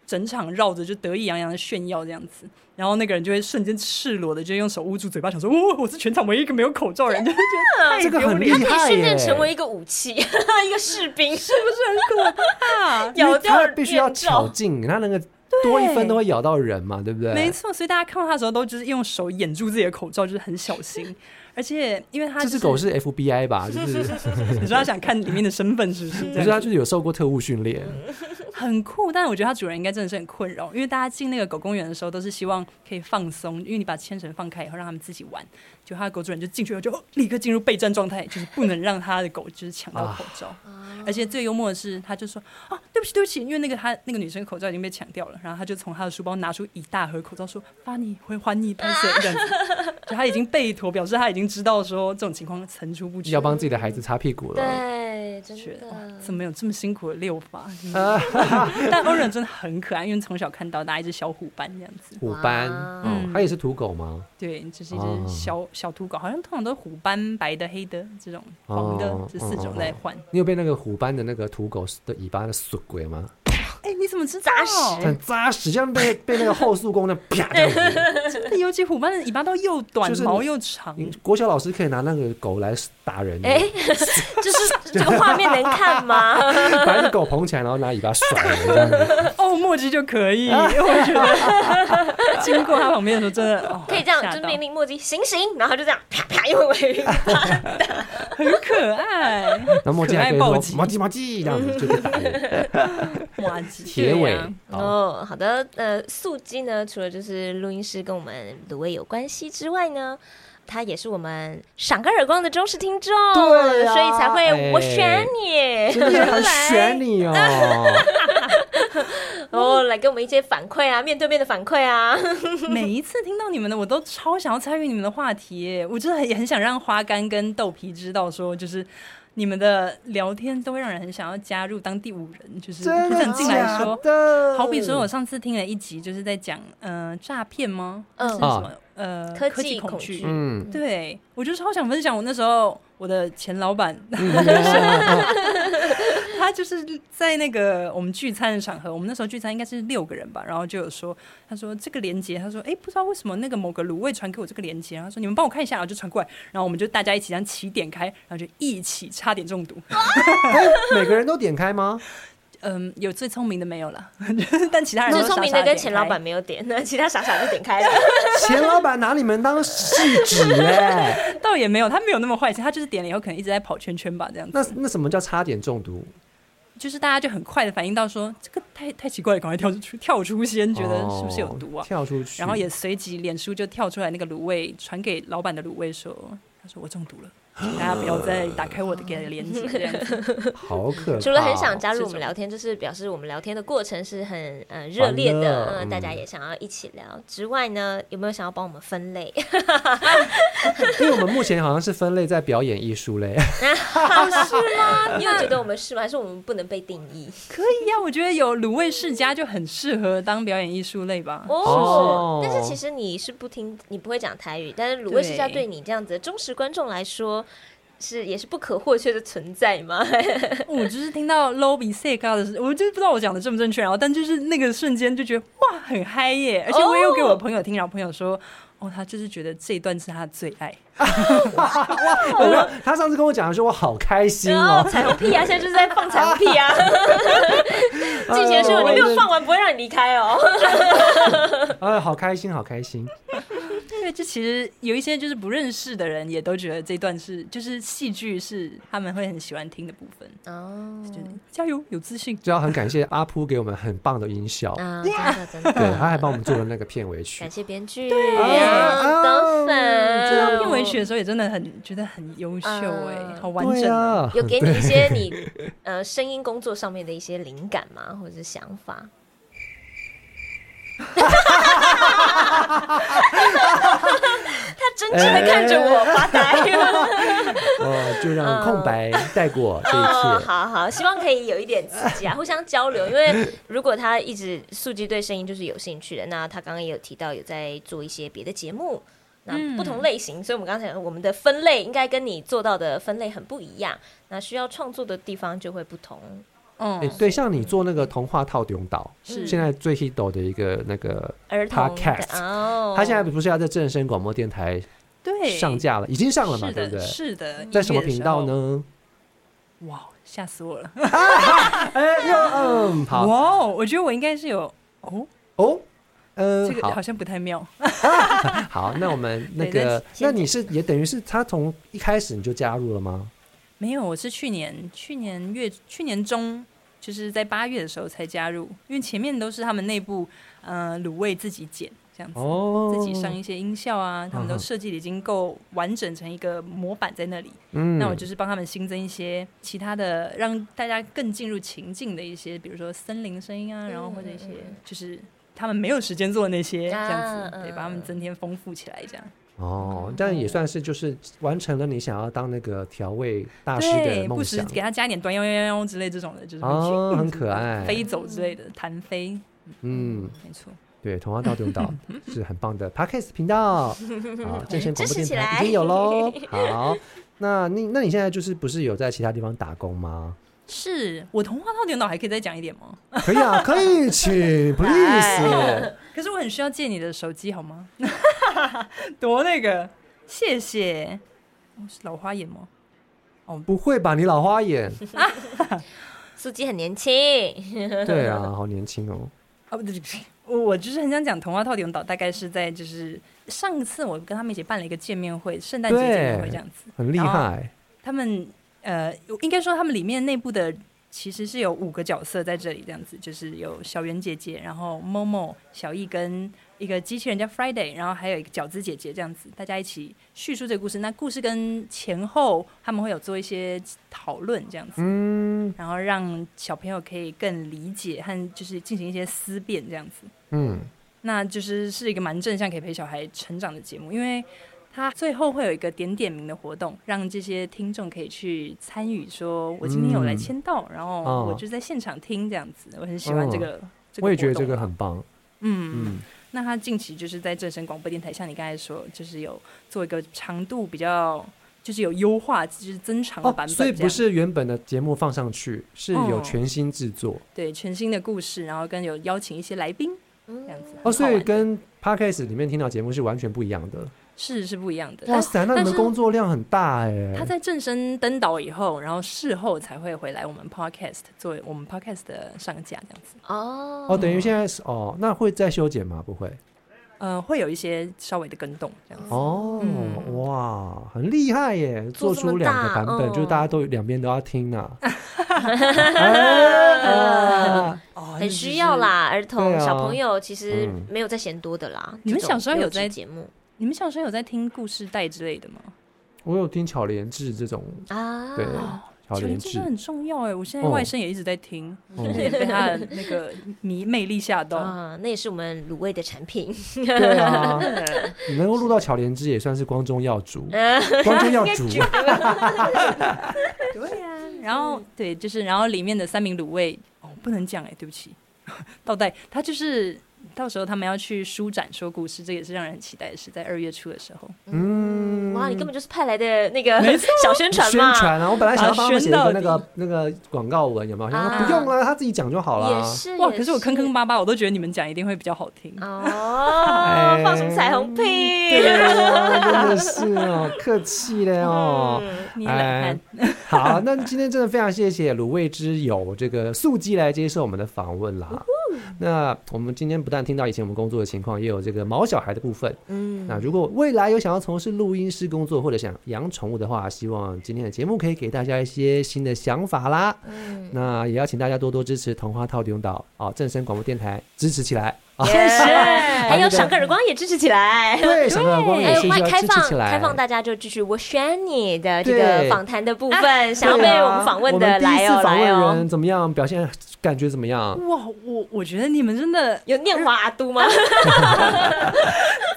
整场绕着就得意洋洋的炫耀这样子，然后那个人就会瞬间赤裸的就用手捂住嘴巴，想说：“哦，我是全场唯一一个没有口罩的人。”就觉得太这个丢很脸厉 *laughs* 了，可以害训练耶！成为一个武器， *laughs* 一个士兵，是不是很可怕？因咬为掉它必须要面罩巧劲，它那个多一分都会咬到人嘛，对不对？没错，所以大家看到他的时候都就是用手掩住自己的口罩，就是很小心。而且因为他、这就是、只狗，是 FBI 吧？ *laughs* 就是，你说他想看里面的身 *laughs* 份是不是？不是它就是有受过特务训练，嗯很酷，但是我觉得它主人应该真的是很困扰，因为大家进那个狗公园的时候都是希望可以放松，因为你把牵绳放开以后让他们自己玩，就它的狗主人就进去以后就哦立刻进入备战状态，就是不能让他的狗就是抢到口罩，而且最幽默的是，他就说啊对不起对不起，因为那个他那个女生口罩已经被抢掉了，然后他就从他的书包拿出一大盒口罩说发你会还你拍摄这样子，就他已经被妥，表示他已经知道说这种情况层出不穷，要帮自己的孩子擦屁股了。对，真觉得哇的，怎么有这么辛苦的遛 *laughs* 法？ *laughs* 但欧忍真的很可爱，因为从小看到大一只小虎斑这样子。虎斑，哇哦，它也是土狗吗？对，这是一哦只小、小土狗，好像通常都是虎斑、白的、黑的这种，黄的、哦这四种在 *laughs* 换。你有被那个虎斑的那个土狗的尾巴的锁鬼吗？哎、你怎么知道？实很扎实，像被被那个后速弓那样啪这样 *laughs* 子。尤其虎斑的尾巴都又短，就是毛又长。哎你国小老师可以拿那个狗来打人， *laughs* 哎，就是这个画面能看 *laughs* 吗？把一只狗捧起来，然后拿尾巴甩了这样子。哦，墨迹就可 *laughs* 以，我觉得 *laughs* 经过他旁边的时候，真的、哦、可以这样，吓就是到命令墨迹醒醒，然后就这样啪啪用尾巴。很可爱， *laughs* 然后墨迹还可以可爱暴说击墨迹墨迹这样子就可以打 *laughs* 人。墨迹结尾 *laughs* 好，哦，好的，呃，素鸡呢，除了就是录音师跟我们卤味有关系之外呢，他也是我们赏个耳光的忠实听众，对啊所以才会、哎我选你，啊真的是 *laughs* 很选你哦。哦，来给我们一些反馈啊，面对面的反馈啊， *laughs* 每一次听到你们的，我都超想要参与你们的话题耶，我真的很也很想让花干跟豆皮知道说，就是你们的聊天都会让人很想要加入当第五人，就是真很的想进来假说。的？好比说，我上次听了一集，就是在讲呃诈骗吗？嗯是什么呃科技技恐恐惧惧？嗯，对，我就超想分享我那时候我的前老板， *laughs* 他就是在那个我们聚餐的场合，我们那时候聚餐应该是六个人吧，然后就有说，他说这个连接，他说哎、诶不知道为什么那个某个卤味传给我这个连接，然后啊说你们帮我看一下，然后就传过来，然后我们就大家一起这样起点开，然后就一起差点中毒。哎每个人都点开吗？嗯，有最聪明的没有了， *laughs* 但其他人最都聪明傻的傻跟点钱老开板没有点，那其他傻傻就点开了。钱老板拿你们当戏纸哎。倒也没有，他没有那么坏心，他就是点了以后可能一直在跑圈圈吧，这样子。那那什么叫差点中毒？就是大家就很快的反应到说，这个太太奇怪了，赶快跳出去跳出先，觉得是不是有哦毒啊？跳出去，然后也随即脸书就跳出来那个卤味，传给老板的卤味说，他说我中 *gasps* 毒了，请大家不要再打开我的给的链接这样 *laughs* 子。 *laughs* 好可怕哦。除了很想加入这我们种聊天，就是表示我们聊天的过程是很呃热烈的，欢乐呃嗯大家也想要一起聊。之外呢，有没有想要帮我们分类？因为我们目前好像是分类在表演艺术 *laughs* 类， *laughs* 你有觉得我们是吗？还是我们不能被定义？可以啊呀、我觉得有卤味世家就很适合当表演艺术 *laughs* 类吧。哦哦，但是其实你是不听，你不会讲台语，但是卤味世家对对你这样子的忠实观众来说，是也是不可或缺的存在嘛？ *laughs* 我就是听到 Lobby Sega 的时候，我就不知道我讲的正不正确，然啊后但就是那个瞬间就觉得哇很嗨耶，而且我也有给我朋友听，然后朋友说哦他就是觉得这一段是他的最爱。我没有他上次跟我讲的时候，我好开心然哦后。彩虹屁啊，现在就是在放彩虹屁 *laughs* 啊！进行的时哦候你没有放完，不会让你离开哦。哦哎，好开心，好开心。对，就其实有一些就是不认识的人也都觉得这段是就是戏剧是他们会很喜欢听的部分， *laughs* 哦，就是加油有自信。就要很感谢阿扑给我们很棒的音效，嗯啊，真的真的， *laughs* 对，他还帮我们做了那个片尾曲 *laughs* 感。谢编剧，啊哦当粉，这到片尾曲的时候也真的很觉得很优秀哎、嗯好完对整、啊。啊，有给你一些你呃声音工作上面的一些灵感吗，或者是想 *laughs* 法？他真挚的看着我发 *laughs* 呆。 *laughs* 哦，就让空白嗯带 *laughs* 过这哦一，切。好好，希望可以有一点刺激啊，互相交流。因为如果他一直素鸡对声音就是有兴趣的，那他刚刚也有提到有在做一些别的节目。那不同类嗯型，所以我们刚才我们的分类应该跟你做到的分类很不一样，那需要创作的地方就会不同。嗯哎，，对，像你做那个童话套用岛，是现在最 hit 的一个那个，儿童的 Podcast 哦，他现在不是要在正声广播电台对上架了，已经上了嘛，是对不的，对？是的，在什么一月的频时道候？呢？哇，吓死我了！哎，又嗯，好哇哦，我觉得我应该是有哦，呃哦，嗯这，个好像不太妙。好，那我们那对个，那你是也等于是他从一开始你就加入了吗？没有，我是去年去年月去年中，就是在八月的时候才加入，因为前面都是他们内部呃卤味自己剪这样子。哦，自己上一些音效啊，他嗯们都哼设计的已经够完整成一个模板在那里。嗯，那我就是帮他们新增一些其他的，让大家更进入情境的一些，比如说森林声音啊，然后或者一些嗯嗯就是他们没有时间做的那些这样啊子，对，嗯把他们增添丰富起来这样。哦，但也算是就是完成了你想要当那个调味大师的对，不梦时想给他加点端幺幺幺之类这种的，就是会哦，去 *laughs* 很可爱飞。走之类的，弹飞。嗯，没错。对，童话到中 *laughs* 岛是很棒的 Podcast 频道，好，正声广播支持电起台来已经有 *laughs* 喽。好，那你那你现在就是不是有在其他地方打工 *laughs* 吗？是我童话套电脑还可以再讲一点吗？可以啊，可以， *laughs* 请 please。可是我很需要借你的手机好 *laughs* 吗？哦多那个，谢谢。我是老花眼吗？哦不会吧，你老花 *laughs* 眼？苏姬很年轻，对啊，好年轻哦。啊，不对，对不起我我就是很想讲童话套用岛，大概是在就是上次我跟他们一起办了一个见面会，圣诞节见面会这样子。很厉害，他们呃，应该说他们里面内部的其实是有五个角色在这里，这样子就是有小圆姐姐，然后 Momo 小易跟一个机器人叫 Friday，然后还有一个饺子姐姐这样子，大家一起叙述这个故事。那故事跟前后他们会有做一些讨论这样子，嗯然后让小朋友可以更理解和就是进行一些思辨这样子。嗯，那就是是一个蛮正向可以陪小孩成长的节目，因为它最后会有一个点点名的活动，让这些听众可以去参与，说我今天有来签到，然嗯后我就在现场听这样子，我很喜欢这个。这哦个我也觉得活动这个，很棒。嗯，嗯，那他近期就是在正声广播电台，像你刚才说，就是有做一个长度比较，就是有优化，就是增长的哦版，本这所以样，不是原本的节目放上去，是有嗯全新制作对全新的故事，然后跟有邀请一些来宾这样嗯，子，哦，所以很好玩跟 podcast 里面听到节目是完全不一样的。是是不一样的，哇塞，那你但们是工作量很大哎。他在正身登岛以后，然后事后才会回来我们 podcast 作为我们 podcast 的上架这样子。哦哦，等于现在是哦，那会再修剪吗？不会。呃，会有一些稍微的跟动这样子。哦，嗯哇，很厉害耶！做做这么出两个大版本，就是大哦家嗯都两边都要听啊。哎啊哦很需要。啦，儿童、对啊小朋友其实嗯没有再嫌多的啦。你们这种小时候有优质在节目你们小时候有在听故事带之类的吗？我有听巧莲智这种，啊？对，巧觉莲得真智的很重要哎！我现在哦外甥也一直在听，哦就是也被他的那个迷魅力吓到。啊，那也是我们卤味的产 *laughs* 品。 *laughs* 对啊，你能够录到巧莲智也算是光宗耀 *laughs* 祖，嗯光宗耀祖。啊对呀、然后对，就是然后里面的三明卤味哦，不能讲哎，对不起， *laughs* 倒带，他就是到时候他们要去书展说故事，这也是让人很期待的事，在二月初的时候。嗯，哇，你根本就是派来的那个没错小宣传宣嘛，传啊！我本来想要啊帮他们写一宣到个那底个那个广告文，有没有？想说啊不用啦，他自己讲就好啦也。是 *laughs* 哇，也可是我坑坑巴巴，我都觉得你们讲一定会比较好听。哦，放什么彩虹屁？哎嗯对啊，真的是哦，客气嘞哦。嗯你冷汗，好，那今天真的非常谢谢卤味之友这个素鸡来接受我们的访问啦。那我们今天不但听到以前我们工作的情况，也有这个毛小孩的部分。嗯，那如果未来有想要从事录音师工作或者想养宠物的话，希望今天的节目可以给大家一些新的想法啦。嗯那也要请大家多多支持童话套用岛啊，正声广播电台支持起来啊！确实，哎还有那个赏个耳光也支持起来。对，小亮光也还有是欢要迎开支持起放来。开放大家就继续我选你的这个对访谈的部分，想要被对啊我们访问我的们第一来次哦访来问哦，人怎么样？表现感觉怎么样？ *laughs* 哇，我我觉得你们真的有念华阿 *laughs* 都吗？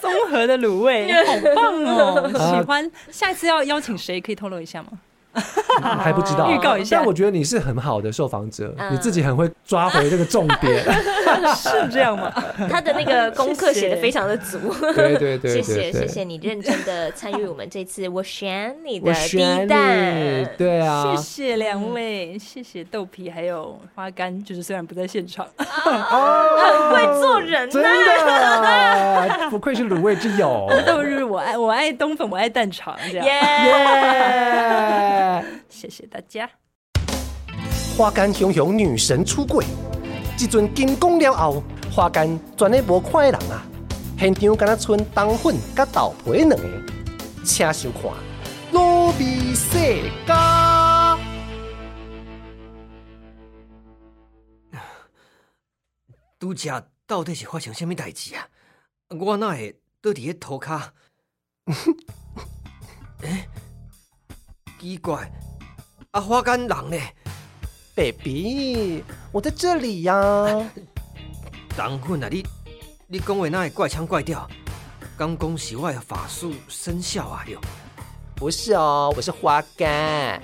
综合的卤 *laughs* 味好棒哦， *laughs* 啊喜欢。下一次要邀请谁，可以透露一下吗？嗯还不知道，啊预告一下但我觉得你是很好的受访者，嗯你自己很会抓回这个重点。 *laughs* *laughs* 是这样 *laughs* 吗？他的那个功课谢谢写的非常的足。对对对对谢对，谢谢谢你认真的参与我们这次我选你的我第选一你弹，，对啊谢，谢两位，嗯谢谢豆皮还有花干，就是虽然不在现场， *laughs* 哦，会做人真的，不愧是卤味之友，豆日我爱我爱冬粉，我爱蛋肠，这样。耶！谢谢大家。花干熊熊女神出柜，即阵金讲了后，花干全咧无看的人啊！现场敢若剩冬粉甲豆皮两个，请收看《卤味世家》。拄则到底是发生什么代志啊？我哪会倒伫个涂骹？ *laughs* 诶、奇怪，啊，花干人呢？ baby，我在这里呀、人混啊你！你讲话哪会怪腔怪调？刚讲是我的法术生效啊哟！不是哦，我是花干。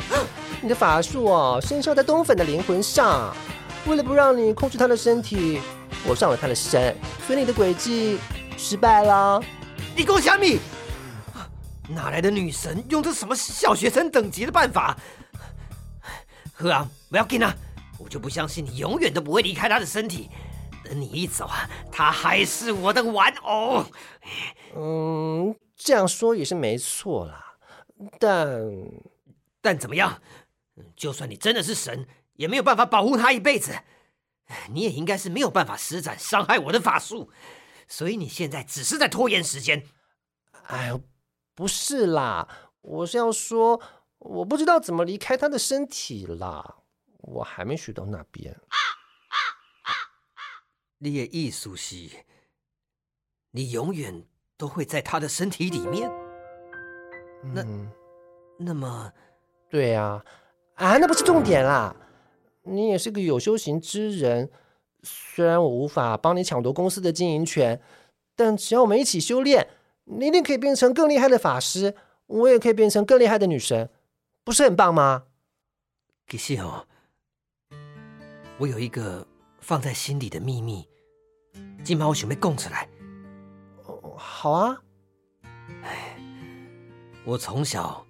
你的法术哦，生效在冬粉的灵魂上。为了不让你控制他的身体，我上了他的身，所以你的诡计失败了。你讲虾米？哪来的女神用这什么小学生等级的办法？何昂，不要紧啊！我就不相信你永远都不会离开她的身体。等你一走啊，她还是我的玩偶。嗯，这样说也是没错啦，但但怎么样，嗯就算你真的是神，也没有办法保护他一辈子。你也应该是没有办法施展伤害我的法术，所以你现在只是在拖延时间。哎呦，不是啦，我是要说，我不知道怎么离开他的身体啦，我还没学到那边。你的意思是，你永远都会在他的身体里面。那嗯，那么，对呀、啊，啊，那不是重点啦，你也是个有修行之人，虽然我无法帮你抢夺公司的经营权，但只要我们一起修炼，你一定可以变成更厉害的法师，我也可以变成更厉害的女神，不是很棒吗？其实哦，我有一个放在心里的秘密，今晚我想要供出来。好啊，我从小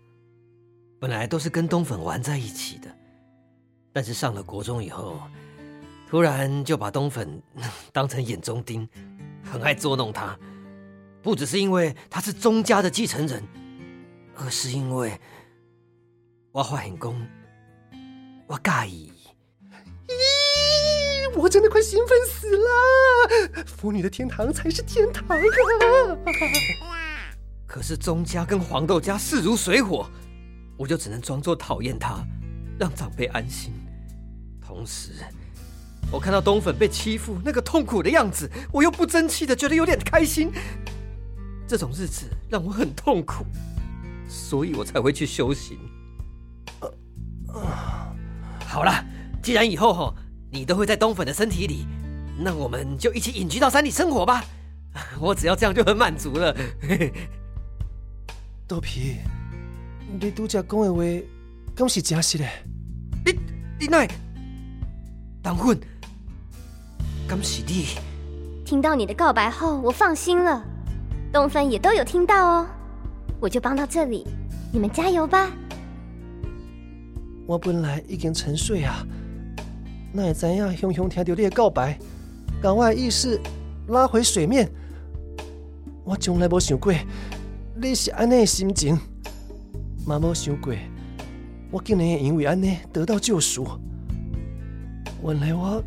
本来都是跟冬粉玩在一起的，但是上了国中以后，突然就把冬粉 *laughs* 当成眼中钉，很爱捉弄他。不只是因为他是宗家的继承人，而是因为我发现讲，我介意伊。我真的快兴奋死了！腐女的天堂才是天堂啊！可是宗家跟黄豆家势如水火，我就只能装作讨厌他，让长辈安心。同时，我看到冬粉被欺负那个痛苦的样子，我又不争气的觉得有点开心。这种日子让我很痛苦，所以我才会去修行。好了，既然以后吼你都会在冬粉的身体里，那我们就一起隐居到山里生活吧。我只要这样就很满足了。豆皮，你拄则讲的话，敢是真实的？你你奈，当混，敢是你？听到你的告白后，我放心了。东芬也都有听到哦，我就帮到这里，你们加油吧！我本来已经沉睡啊，那会知影雄雄听到你的告白，把我的意识拉回水面。我从来无想过你是安尼的心情，嘛无想过我竟然会因为安尼得到救赎。原来我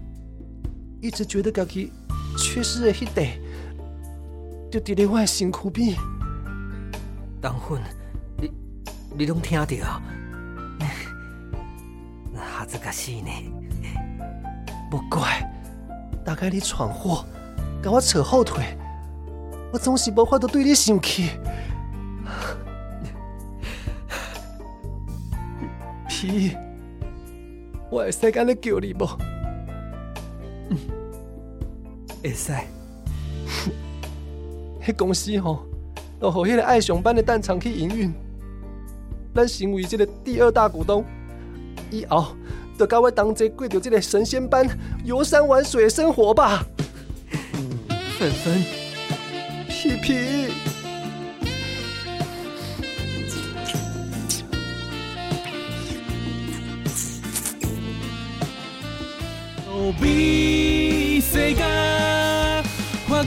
一直觉得家己缺失的迄块，就伫咧我的身躯边。当混，你你拢听到啊？ *laughs* 那恥ずかしい呢。不怪，大概你闯祸，给我扯后腿，我总是无法度对你生气。 *laughs* 皮，我会使安尼叫你无？会使，迄公司吼，都互迄个爱上班的蛋厂去营运，咱成为这个第二大股东，以后就甲我同齐过着这个神仙般游山玩水的生活吧。粉粉，皮皮。逃避世界，看